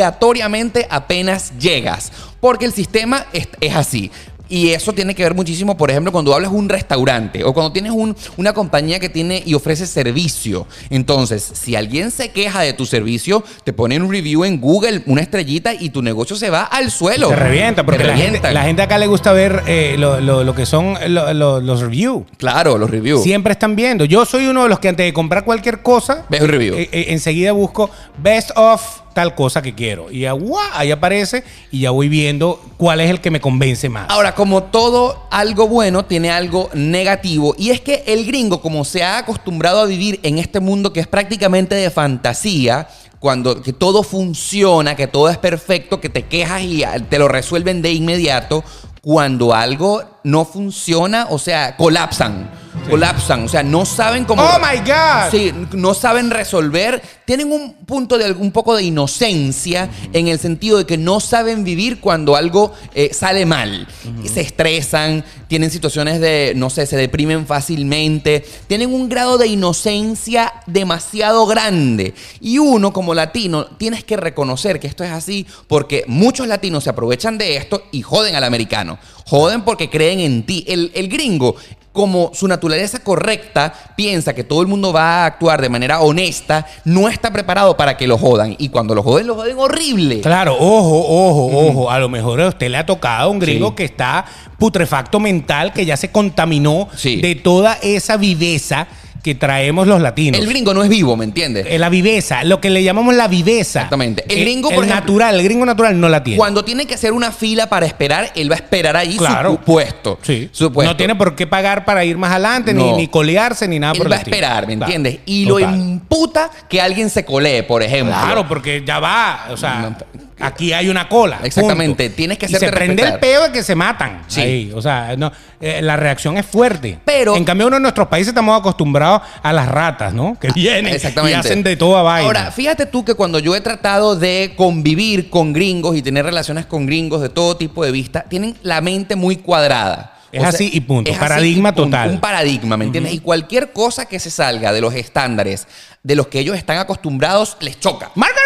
Speaker 1: obligatoriamente apenas llegas, porque el sistema es, es así. Y eso tiene que ver muchísimo, por ejemplo, cuando hablas un restaurante o cuando tienes un- una compañía que tiene y ofrece servicio. Entonces, si alguien se queja de tu servicio, te ponen un review en Google, una estrellita y tu negocio se va al suelo.
Speaker 2: Se revienta, porque
Speaker 1: Te
Speaker 2: la gente,
Speaker 1: revientan.
Speaker 2: la gente acá le gusta ver eh, lo, lo- lo que son lo- lo- los reviews.
Speaker 1: Claro, los reviews.
Speaker 2: Siempre están viendo. Yo soy uno de los que antes de comprar cualquier cosa,
Speaker 1: Ves un review.
Speaker 2: eh, eh, enseguida busco best of tal cosa que quiero. Y ya, ¡guau! ahí aparece y ya voy viendo cuál es el que me convence más.
Speaker 1: Ahora, como todo algo bueno, tiene algo negativo. Y es que el gringo, como se ha acostumbrado a vivir en este mundo que es prácticamente de fantasía, cuando que todo funciona, que todo es perfecto, que te quejas y ah, te lo resuelven de inmediato, cuando algo no funciona, o sea, colapsan. Colapsan, o sea, no saben cómo.
Speaker 2: ¡Oh, my God!
Speaker 1: Sí, no saben resolver, tienen un punto de un poco de inocencia en el sentido de que no saben vivir cuando algo eh, sale mal. Se estresan, tienen situaciones de, no sé, se deprimen fácilmente, tienen un grado de inocencia demasiado grande. Y uno como latino tienes que reconocer que esto es así porque muchos latinos se aprovechan de esto y joden al americano. Joden porque creen en ti. El, el gringo como su naturaleza correcta piensa que todo el mundo va a actuar de manera honesta, no está preparado para que lo jodan. Y cuando lo joden, lo joden horrible.
Speaker 2: Claro, ojo, ojo, ojo. A lo mejor a usted le ha tocado un gringo
Speaker 1: Sí.
Speaker 2: que está putrefacto mental, que ya se contaminó
Speaker 1: Sí.
Speaker 2: de toda esa viveza que traemos los latinos.
Speaker 1: El gringo no es vivo, ¿me entiendes?
Speaker 2: Eh, la viveza, lo que le llamamos la viveza. Eh,
Speaker 1: Exactamente. El gringo, por
Speaker 2: el
Speaker 1: ejemplo-
Speaker 2: natural, el gringo natural no la tiene.
Speaker 1: Cuando tiene que hacer una fila para esperar, él va a esperar ahí
Speaker 2: Claro.
Speaker 1: su pu- puesto.
Speaker 2: Sí.
Speaker 1: Su puesto.
Speaker 2: No tiene por qué pagar para ir más adelante, ni,
Speaker 1: No.
Speaker 2: ni colearse, ni nada por
Speaker 1: él
Speaker 2: el
Speaker 1: va a
Speaker 2: estilo.
Speaker 1: esperar, ¿me
Speaker 2: Claro.
Speaker 1: entiendes? Y lo
Speaker 2: Total.
Speaker 1: imputa que alguien se colee, por ejemplo.
Speaker 2: Claro, porque ya va, o sea, aquí hay una cola.
Speaker 1: Exactamente,
Speaker 2: punto.
Speaker 1: tienes que
Speaker 2: Y
Speaker 1: hacerte
Speaker 2: se prende el
Speaker 1: respetar.
Speaker 2: peo de que se matan.
Speaker 1: Sí.
Speaker 2: Ahí, o sea, no, eh, la reacción es fuerte.
Speaker 1: Pero-
Speaker 2: en cambio uno de nuestros países estamos acostumbrados a las ratas, ¿no? Que vienen
Speaker 1: Exactamente.
Speaker 2: y hacen de toda vaina.
Speaker 1: Ahora, fíjate tú que cuando yo he tratado de convivir con gringos y tener relaciones con gringos de todo tipo de vista, tienen la mente muy cuadrada.
Speaker 2: Es así y punto.
Speaker 1: así
Speaker 2: Paradigma
Speaker 1: y punto.
Speaker 2: total.
Speaker 1: Un paradigma, ¿me entiendes? Y cualquier cosa que se salga de los estándares de los que ellos están acostumbrados, les choca. ¡Margarita!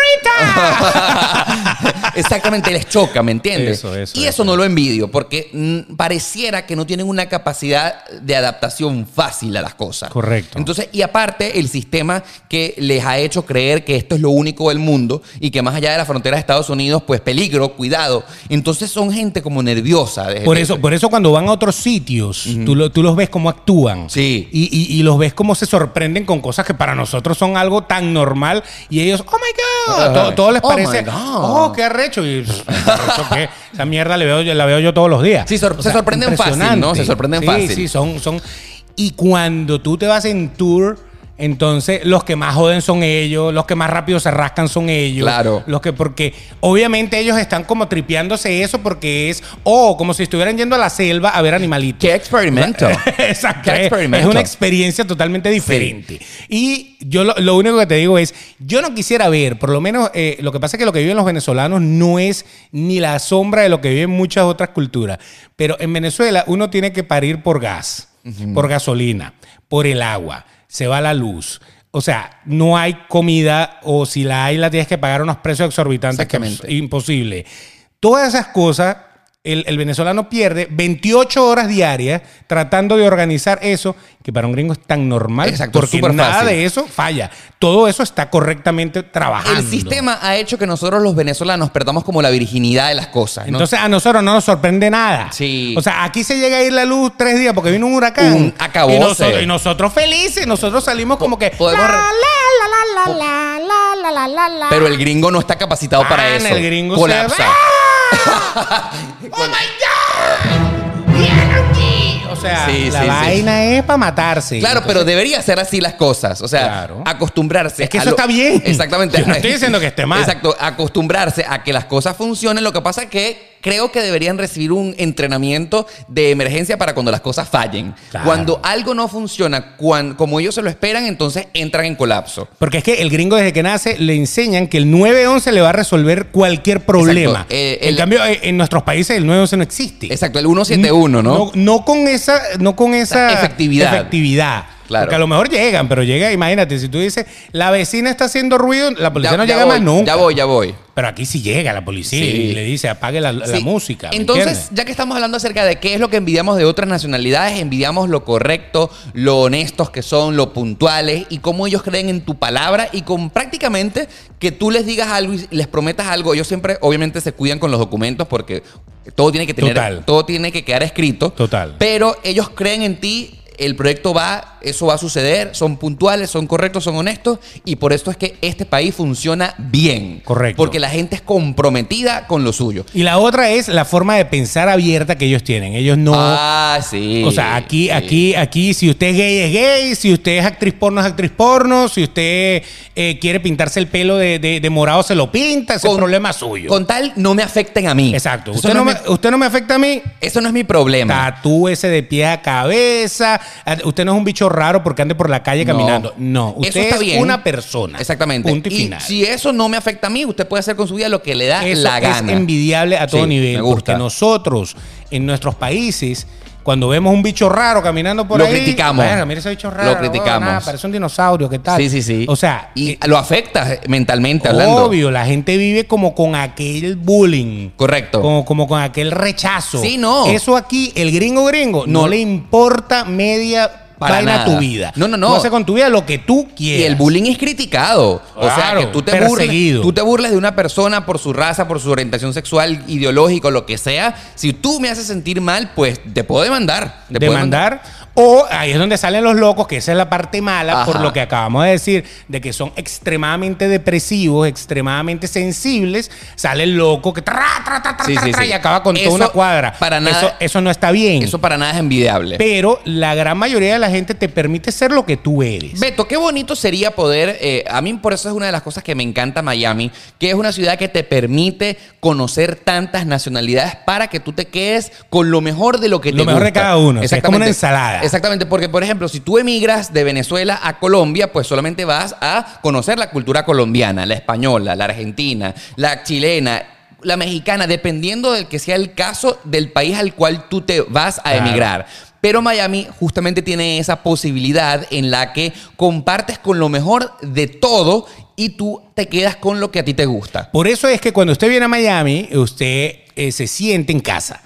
Speaker 1: Exactamente, les choca, ¿me entiendes?
Speaker 4: Eso, eso,
Speaker 1: y eso,
Speaker 4: eso.
Speaker 1: no lo envidio, porque mm, pareciera que no tienen una capacidad de adaptación fácil a las cosas.
Speaker 2: Correcto.
Speaker 1: Entonces, y aparte, el sistema que les ha hecho creer que esto es lo único del mundo y que más allá de la frontera de Estados Unidos, pues peligro, cuidado. Entonces son gente como nerviosa. de-
Speaker 2: Por eso, por eso cuando van a otros sitios, tú, lo- tú los ves cómo actúan.
Speaker 1: Sí.
Speaker 2: Y, y- y los ves cómo se sorprenden con cosas que para nosotros son algo tan normal. Y ellos, oh my God.
Speaker 1: Ajá.
Speaker 2: Todo, todo les
Speaker 1: Oh
Speaker 2: parece,
Speaker 1: my God.
Speaker 2: oh, qué arrecho. Y pff, ¿eso qué? esa mierda le veo yo- la veo yo todos los días.
Speaker 1: Sí, sor- se sorprenden fácil,
Speaker 2: impresionante.
Speaker 1: ¿no? Se sorprenden
Speaker 2: Sí,
Speaker 1: fácil.
Speaker 2: Sí, son, son. Y cuando tú te vas en tour. Entonces, los que más joden son ellos, los que más rápido se rascan son ellos.
Speaker 1: Claro.
Speaker 2: Los que, porque obviamente ellos están como tripeándose eso porque es, o como si estuvieran yendo a la selva a ver animalitos.
Speaker 1: Qué experimento.
Speaker 2: Exacto.
Speaker 1: Qué
Speaker 2: es-
Speaker 1: experimento.
Speaker 2: Es una experiencia totalmente diferente. Y yo lo, lo único que te digo es, yo no quisiera ver, por lo menos eh, lo que pasa es que lo que viven los venezolanos no es ni la sombra de lo que viven muchas otras culturas. Pero en Venezuela uno tiene que parir por gas, por gasolina, por el agua, se va la luz. O sea, no hay comida o si la hay la tienes que pagar unos precios exorbitantes que es
Speaker 1: Exactamente.
Speaker 2: imposible. Todas esas cosas, el, el venezolano pierde 28 horas diarias tratando de organizar eso, que para un gringo es tan normal,
Speaker 1: Exacto,
Speaker 2: porque
Speaker 1: súper
Speaker 2: nada
Speaker 1: fácil.
Speaker 2: de eso falla. Todo eso está correctamente trabajando.
Speaker 1: El sistema ha hecho que nosotros los venezolanos perdamos como la virginidad de las cosas. ¿no?
Speaker 2: Entonces a nosotros no nos sorprende nada.
Speaker 1: Sí.
Speaker 2: O sea, aquí se llega a ir la luz tres días porque vino un huracán.
Speaker 1: Un acabose.
Speaker 2: Y nosotros, y nosotros felices, nosotros salimos como que...
Speaker 1: podemos
Speaker 2: "La,
Speaker 1: re-
Speaker 2: la, la, la, la".
Speaker 1: Pero el gringo no está capacitado para
Speaker 2: Ah,
Speaker 1: eso.
Speaker 2: El gringo se- Oh
Speaker 1: colapsa.
Speaker 2: O sea,
Speaker 1: Sí,
Speaker 2: la
Speaker 1: sí, sí.
Speaker 2: vaina es para matarse.
Speaker 1: Claro, pero debería ser así las cosas. O sea,
Speaker 2: Claro.
Speaker 1: acostumbrarse.
Speaker 2: Es que
Speaker 1: a
Speaker 2: eso está bien.
Speaker 1: Exactamente.
Speaker 2: Yo no estoy diciendo que esté mal.
Speaker 1: Exacto, acostumbrarse a que las cosas funcionen. Lo que pasa es que creo que deberían recibir un entrenamiento de emergencia para cuando las cosas fallen.
Speaker 2: Claro.
Speaker 1: Cuando algo no funciona cuan- como ellos se lo esperan, entonces entran en colapso.
Speaker 2: Porque es que el gringo desde que nace le enseñan que el 911 le va a resolver cualquier problema.
Speaker 1: Exacto. Eh,
Speaker 2: en
Speaker 1: el-
Speaker 2: cambio, eh, en nuestros países el 911 no existe.
Speaker 1: Exacto, el 171, ¿no?
Speaker 2: No, no con esa, no con esa
Speaker 1: Efectividad.
Speaker 2: efectividad.
Speaker 1: Claro.
Speaker 2: Porque a lo mejor llegan, pero llega, imagínate, si tú dices, la vecina está haciendo ruido, la policía no llega
Speaker 1: voy,
Speaker 2: más nunca.
Speaker 1: Ya voy, ya voy.
Speaker 2: Pero aquí sí llega la policía
Speaker 1: Sí.
Speaker 2: y le dice, apague la, la
Speaker 1: Sí.
Speaker 2: música. ¿me
Speaker 1: Entonces,
Speaker 2: entiendes?
Speaker 1: ya que estamos hablando acerca de qué es lo que envidiamos de otras nacionalidades, envidiamos lo correcto, lo honestos que son, lo puntuales y cómo ellos creen en tu palabra y con prácticamente que tú les digas algo y les prometas algo. Ellos siempre, obviamente, se cuidan con los documentos porque todo tiene que tener,
Speaker 2: Total.
Speaker 1: todo tiene que quedar escrito.
Speaker 2: Total.
Speaker 1: Pero ellos creen en ti. El proyecto va, eso va a suceder, son puntuales, son correctos, son honestos y por esto es que este país funciona bien.
Speaker 2: Correcto.
Speaker 1: Porque la gente es comprometida con lo suyo.
Speaker 2: Y la otra es la forma de pensar abierta que ellos tienen. Ellos no...
Speaker 1: Ah, sí.
Speaker 2: O sea, aquí,
Speaker 1: sí.
Speaker 2: aquí, aquí, si usted es gay, es gay, si usted es actriz porno, es actriz porno, si usted eh, quiere pintarse el pelo de, de- de morado, se lo pinta, ese es
Speaker 1: Con-
Speaker 2: problema suyo.
Speaker 1: Con tal, no me afecten a mí.
Speaker 2: Exacto.
Speaker 1: Eso,
Speaker 2: Usted no, me,
Speaker 1: es mi-
Speaker 2: usted no me afecta a mí,
Speaker 1: eso no es mi problema.
Speaker 2: tatúese de pie a cabeza. Ah, Usted no es un bicho raro porque ande por la calle
Speaker 1: No.
Speaker 2: caminando. No,
Speaker 1: Eso
Speaker 2: usted
Speaker 1: está
Speaker 2: es
Speaker 1: bien.
Speaker 2: una persona.
Speaker 1: Exactamente.
Speaker 2: Punto y,
Speaker 1: y
Speaker 2: final.
Speaker 1: si eso no me afecta a mí, usted puede hacer con su vida lo que le da
Speaker 2: Eso
Speaker 1: Ah, la gana.
Speaker 2: es envidiable a todo
Speaker 1: Sí,
Speaker 2: nivel
Speaker 1: me gusta.
Speaker 2: porque nosotros en nuestros países Cuando vemos un bicho raro caminando por
Speaker 1: Lo
Speaker 2: ahí.
Speaker 1: criticamos.
Speaker 2: "Verga, mira ese bicho
Speaker 1: Lo
Speaker 2: raro.
Speaker 1: criticamos.
Speaker 2: huevón, ah, parece un dinosaurio, ¿qué tal?
Speaker 1: Sí, sí, sí.
Speaker 2: O sea,
Speaker 1: y
Speaker 2: eh,
Speaker 1: lo afecta mentalmente hablando.
Speaker 2: obvio, la gente vive como con aquel bullying.
Speaker 1: Correcto.
Speaker 2: Como, como con aquel rechazo.
Speaker 1: Sí, no.
Speaker 2: Eso aquí, el gringo gringo, no,
Speaker 1: No.
Speaker 2: le importa media
Speaker 1: Para
Speaker 2: vaina
Speaker 1: nada.
Speaker 2: a tu vida.
Speaker 1: No, no, no.
Speaker 2: Tú haces con tu vida lo que tú quieras.
Speaker 1: Y el bullying es criticado. o sea,
Speaker 2: Claro,
Speaker 1: que tú te, burles,
Speaker 2: perseguido.
Speaker 1: tú te burles de una persona por su raza, por su orientación sexual, ideológico, lo que sea. Si tú me haces sentir mal, pues te puedo demandar. Te puedo
Speaker 2: demandar. O ahí es donde salen los locos, que esa es la parte mala,
Speaker 1: Ajá.
Speaker 2: por lo que acabamos de decir, de que son extremadamente depresivos, extremadamente sensibles. Sale el loco que tra, tra, tra, tra,
Speaker 1: Sí,
Speaker 2: tra,
Speaker 1: sí,
Speaker 2: tra,
Speaker 1: sí.
Speaker 2: y acaba con
Speaker 1: Eso
Speaker 2: toda una cuadra.
Speaker 1: para nada-
Speaker 2: Eso, eso no está bien.
Speaker 1: Eso para nada es envidiable.
Speaker 2: pero la gran mayoría de la gente te permite ser lo que tú eres.
Speaker 1: Beto, qué bonito sería poder, eh, a mí por eso es una de las cosas que me encanta Miami, que es una ciudad que te permite conocer tantas nacionalidades para que tú te quedes con lo mejor de lo que
Speaker 2: Lo
Speaker 1: te
Speaker 2: mejor de
Speaker 1: gusta.
Speaker 2: cada uno, o sea, es como una ensalada.
Speaker 1: Exactamente, porque por ejemplo, si tú emigras de Venezuela a Colombia, pues solamente vas a conocer la cultura colombiana, la española, la argentina, la chilena. La mexicana, dependiendo del que sea el caso del país al cual tú te vas a
Speaker 2: Claro.
Speaker 1: emigrar lugar. Pero Miami justamente tiene esa posibilidad en la que compartes con lo mejor de todo y tú te quedas con lo que a ti te gusta.
Speaker 2: Por eso es que cuando usted viene a Miami, usted eh, se siente en casa.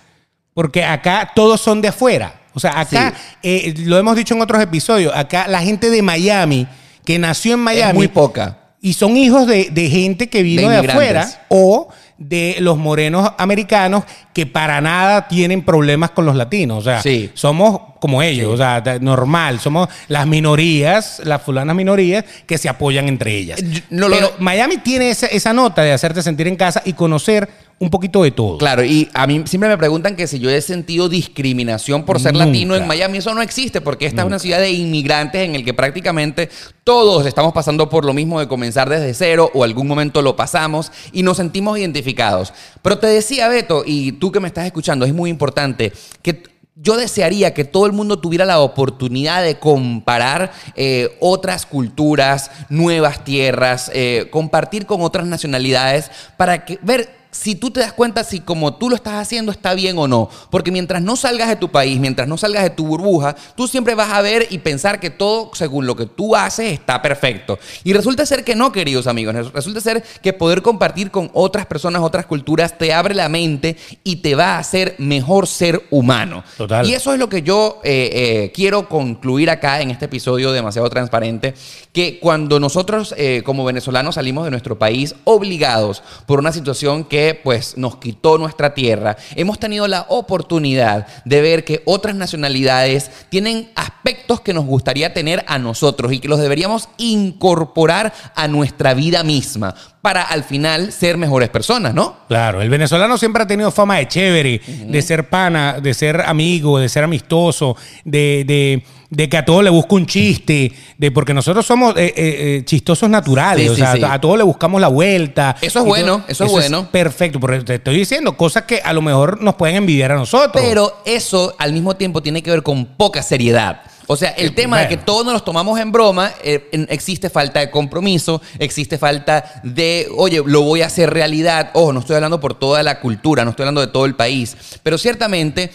Speaker 2: Porque acá todos son de afuera. O sea, acá, eh, lo hemos dicho en otros episodios, acá la gente de Miami, que nació en Miami.
Speaker 1: muy poca.
Speaker 2: Y son hijos de, de gente que vino
Speaker 1: De
Speaker 2: de,
Speaker 1: inmigrantes.
Speaker 2: afuera o de los morenos americanos que para nada tienen problemas con los latinos. O sea,
Speaker 1: Sí.
Speaker 2: somos como ellos, o sea, da- normal. Somos las minorías, las fulanas minorías que se apoyan entre ellas.
Speaker 1: Yo- no lo-
Speaker 2: Pero Miami tiene esa, esa nota de hacerte sentir en casa y conocer un poquito de todo.
Speaker 1: Claro, y a mí siempre me preguntan que si yo he sentido discriminación por ser
Speaker 2: Nunca.
Speaker 1: latino en Miami, eso no existe porque esta es una ciudad de inmigrantes en el que prácticamente todos estamos pasando por lo mismo de comenzar desde cero o algún momento lo pasamos y nos sentimos identificados. Pero te decía Beto, y tú que me estás escuchando, es muy importante que t- yo desearía que todo el mundo tuviera la oportunidad de comparar eh, otras culturas, nuevas tierras, eh, compartir con otras nacionalidades para que ver si tú te das cuenta si como tú lo estás haciendo está bien o no. Porque mientras no salgas de tu país, mientras no salgas de tu burbuja, tú siempre vas a ver y pensar que todo según lo que tú haces está perfecto. Y resulta ser que no, queridos amigos. Resulta ser que poder compartir con otras personas, otras culturas, te abre la mente y te va a hacer mejor ser humano.
Speaker 2: Total.
Speaker 1: Y eso es lo que yo eh, eh, quiero concluir acá en este episodio demasiado transparente, que cuando nosotros eh, como venezolanos salimos de nuestro país obligados por una situación que pues nos quitó nuestra tierra, hemos tenido la oportunidad de ver que otras nacionalidades tienen aspectos que nos gustaría tener a nosotros y que los deberíamos incorporar a nuestra vida misma para al final ser mejores personas, ¿no?
Speaker 2: Claro, el venezolano siempre ha tenido fama de chévere, de ser pana, de ser amigo, de ser amistoso, de, de- de que a todo le busca un chiste, de porque nosotros somos eh, eh, eh, chistosos naturales,
Speaker 1: Sí,
Speaker 2: o
Speaker 1: sí,
Speaker 2: sea,
Speaker 1: sí.
Speaker 2: a todo le buscamos la vuelta.
Speaker 1: Eso es
Speaker 2: Y
Speaker 1: bueno,
Speaker 2: todo-
Speaker 1: eso es bueno.
Speaker 2: perfecto, porque te estoy diciendo cosas que a lo mejor nos pueden envidiar a nosotros.
Speaker 1: Pero eso al mismo tiempo tiene que ver con poca seriedad. O sea, el tema de
Speaker 2: bueno.
Speaker 1: que todos nos los tomamos en broma, eh, en- existe falta de compromiso, existe falta de, oye, lo voy a hacer realidad. Ojo, no estoy hablando por toda la cultura, no estoy hablando de todo el país. Pero ciertamente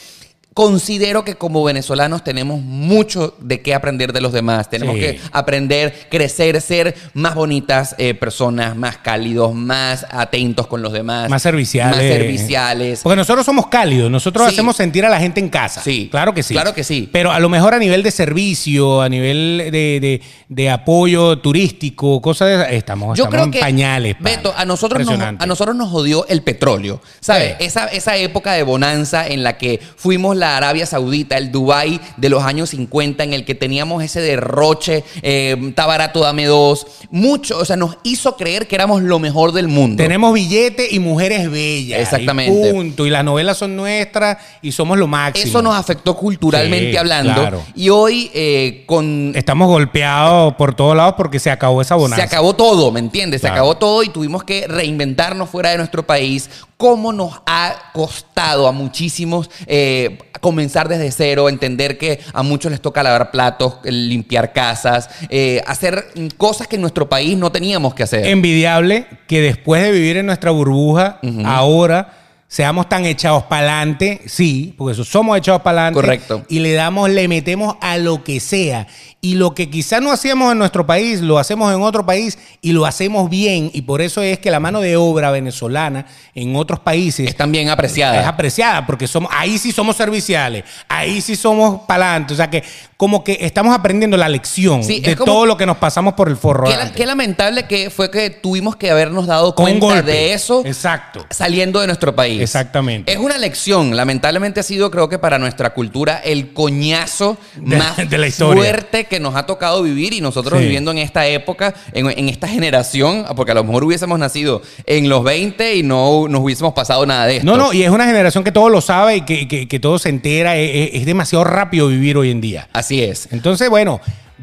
Speaker 1: considero que como venezolanos tenemos mucho de qué aprender de los demás. Tenemos
Speaker 2: Sí.
Speaker 1: que aprender, crecer, ser más bonitas eh, personas, más cálidos, más atentos con los demás.
Speaker 2: más serviciales.
Speaker 1: Más serviciales.
Speaker 2: Porque nosotros somos cálidos, nosotros
Speaker 1: Sí.
Speaker 2: hacemos sentir a la gente en casa.
Speaker 1: Sí.
Speaker 2: Claro que sí.
Speaker 1: Claro que sí.
Speaker 2: Pero a lo mejor a nivel de servicio, a nivel de, de- de apoyo turístico, cosas de esas, estamos,
Speaker 1: Yo
Speaker 2: estamos
Speaker 1: creo
Speaker 2: en
Speaker 1: que,
Speaker 2: pañales. pana.
Speaker 1: Beto, a nosotros, nos,
Speaker 2: Impresionante.
Speaker 1: a nosotros nos jodió el petróleo. ¿Sabes?
Speaker 2: Sí.
Speaker 1: Esa, esa época de bonanza en la que fuimos la Arabia Saudita, el Dubái de los años 50, en el que teníamos ese derroche, eh, está barato, dame dos. Mucho, o sea, nos hizo creer que éramos lo mejor del mundo.
Speaker 2: Tenemos billete y mujeres bellas.
Speaker 1: Exactamente.
Speaker 2: Y punto. Y las novelas son nuestras y somos lo máximo.
Speaker 1: Eso nos afectó culturalmente
Speaker 2: Sí,
Speaker 1: hablando.
Speaker 2: claro.
Speaker 1: Y hoy, eh, con
Speaker 2: Estamos golpeados por todos lados porque se acabó esa bonanza.
Speaker 1: Se acabó todo, ¿me entiendes? Se
Speaker 2: Claro.
Speaker 1: acabó todo y tuvimos que reinventarnos fuera de nuestro país. ¿Cómo nos ha costado a muchísimos eh, comenzar desde cero, entender que a muchos les toca lavar platos, eh, limpiar casas, eh, hacer cosas que en nuestro país
Speaker 2: Em,
Speaker 1: no teníamos que hacer?
Speaker 2: envidiable que después de vivir en nuestra burbuja, ahora seamos tan echados para adelante, sí, porque eso somos echados para adelante.
Speaker 1: Correcto.
Speaker 2: Y le damos, le metemos a lo que sea. Y lo que quizás no hacíamos en nuestro país, lo hacemos en otro país y lo hacemos bien. Y por eso es que la mano de obra venezolana en otros países
Speaker 1: Están bien
Speaker 2: es
Speaker 1: apreciadas.
Speaker 2: apreciada porque somos, ahí sí somos serviciales, ahí sí somos pa'lante. O sea que como que estamos aprendiendo la lección
Speaker 1: Sí, es
Speaker 2: de
Speaker 1: como-
Speaker 2: todo lo que nos pasamos por el forro.
Speaker 1: Qué, la-
Speaker 2: antes.
Speaker 1: qué lamentable que fue que tuvimos que habernos dado
Speaker 2: Con un
Speaker 1: cuenta
Speaker 2: golpe.
Speaker 1: de eso
Speaker 2: Exacto.
Speaker 1: saliendo de nuestro país.
Speaker 2: Exactamente.
Speaker 1: Es una lección, lamentablemente ha sido, creo que para nuestra cultura, el coñazo
Speaker 2: De-
Speaker 1: más
Speaker 2: de la historia.
Speaker 1: fuerte que nos ha tocado vivir y nosotros
Speaker 4: Sí.
Speaker 1: viviendo en esta época, en, en esta generación, porque a lo mejor hubiésemos nacido en los 20 y no nos hubiésemos pasado nada de esto.
Speaker 2: No, no, y es una generación que todo lo sabe y que, que- que todo se entera. E, Es, es- es demasiado rápido vivir hoy en día.
Speaker 1: Así es.
Speaker 2: Entonces, bueno,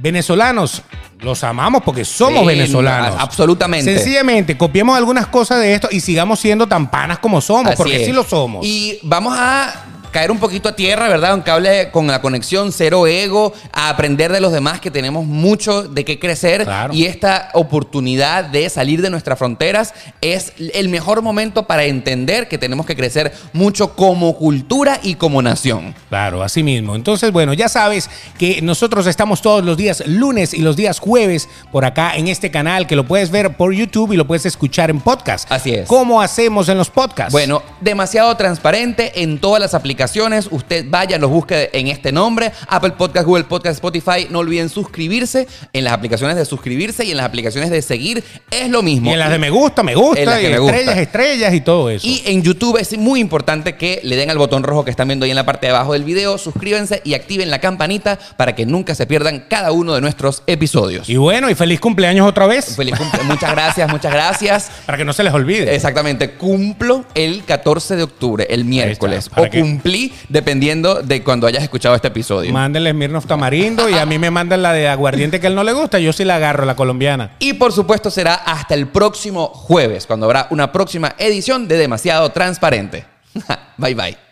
Speaker 2: venezolanos, los amamos porque somos
Speaker 1: Sí,
Speaker 2: venezolanos.
Speaker 1: a- absolutamente.
Speaker 2: Sencillamente, copiemos algunas cosas de esto y sigamos siendo tan panas como somos,
Speaker 1: Así
Speaker 2: porque
Speaker 1: es.
Speaker 2: sí lo somos.
Speaker 1: Y vamos a caer un poquito a tierra, ¿verdad? Aunque hable con la conexión, cero ego, a aprender de los demás que tenemos mucho de qué crecer
Speaker 2: Claro.
Speaker 1: y esta oportunidad de salir de nuestras fronteras es el mejor momento para entender que tenemos que crecer mucho como cultura y como nación.
Speaker 2: Claro, así mismo. Entonces, bueno, ya sabes que nosotros estamos todos los días lunes y los días jueves por acá en este canal, que lo puedes ver por YouTube y lo puedes escuchar en podcast.
Speaker 1: Así es.
Speaker 2: ¿Cómo hacemos en los podcasts?
Speaker 1: Bueno, demasiado transparente en todas las aplicaciones. Usted vaya, los busque en este nombre: Apple Podcast, Google Podcast, Spotify. No olviden suscribirse en las aplicaciones de suscribirse y en las aplicaciones de seguir. Es lo mismo.
Speaker 2: y en las de me gusta, me gusta,
Speaker 1: En las que
Speaker 2: y
Speaker 1: me gusta.
Speaker 2: estrellas, estrellas y todo eso.
Speaker 1: Y en YouTube es muy importante que le den al botón rojo que están viendo ahí en la parte de abajo del video, suscríbanse y activen la campanita para que nunca se pierdan cada uno de nuestros episodios.
Speaker 2: Y bueno, y feliz cumpleaños otra vez.
Speaker 1: Feliz cumple- muchas gracias, muchas gracias.
Speaker 2: Para que no se les olvide.
Speaker 1: Exactamente, cumplo el 14 de octubre, el miércoles.
Speaker 2: ¿para
Speaker 1: o
Speaker 2: qué?
Speaker 1: cumplí dependiendo de cuando hayas escuchado este episodio.
Speaker 2: Mándenle Mirnos Tamarindo y a mí me mandan la de aguardiente que él no le gusta. Yo sí la agarro, la colombiana.
Speaker 1: Y por supuesto será hasta el próximo jueves, cuando habrá una próxima edición de Demasiado Transparente. bye bye.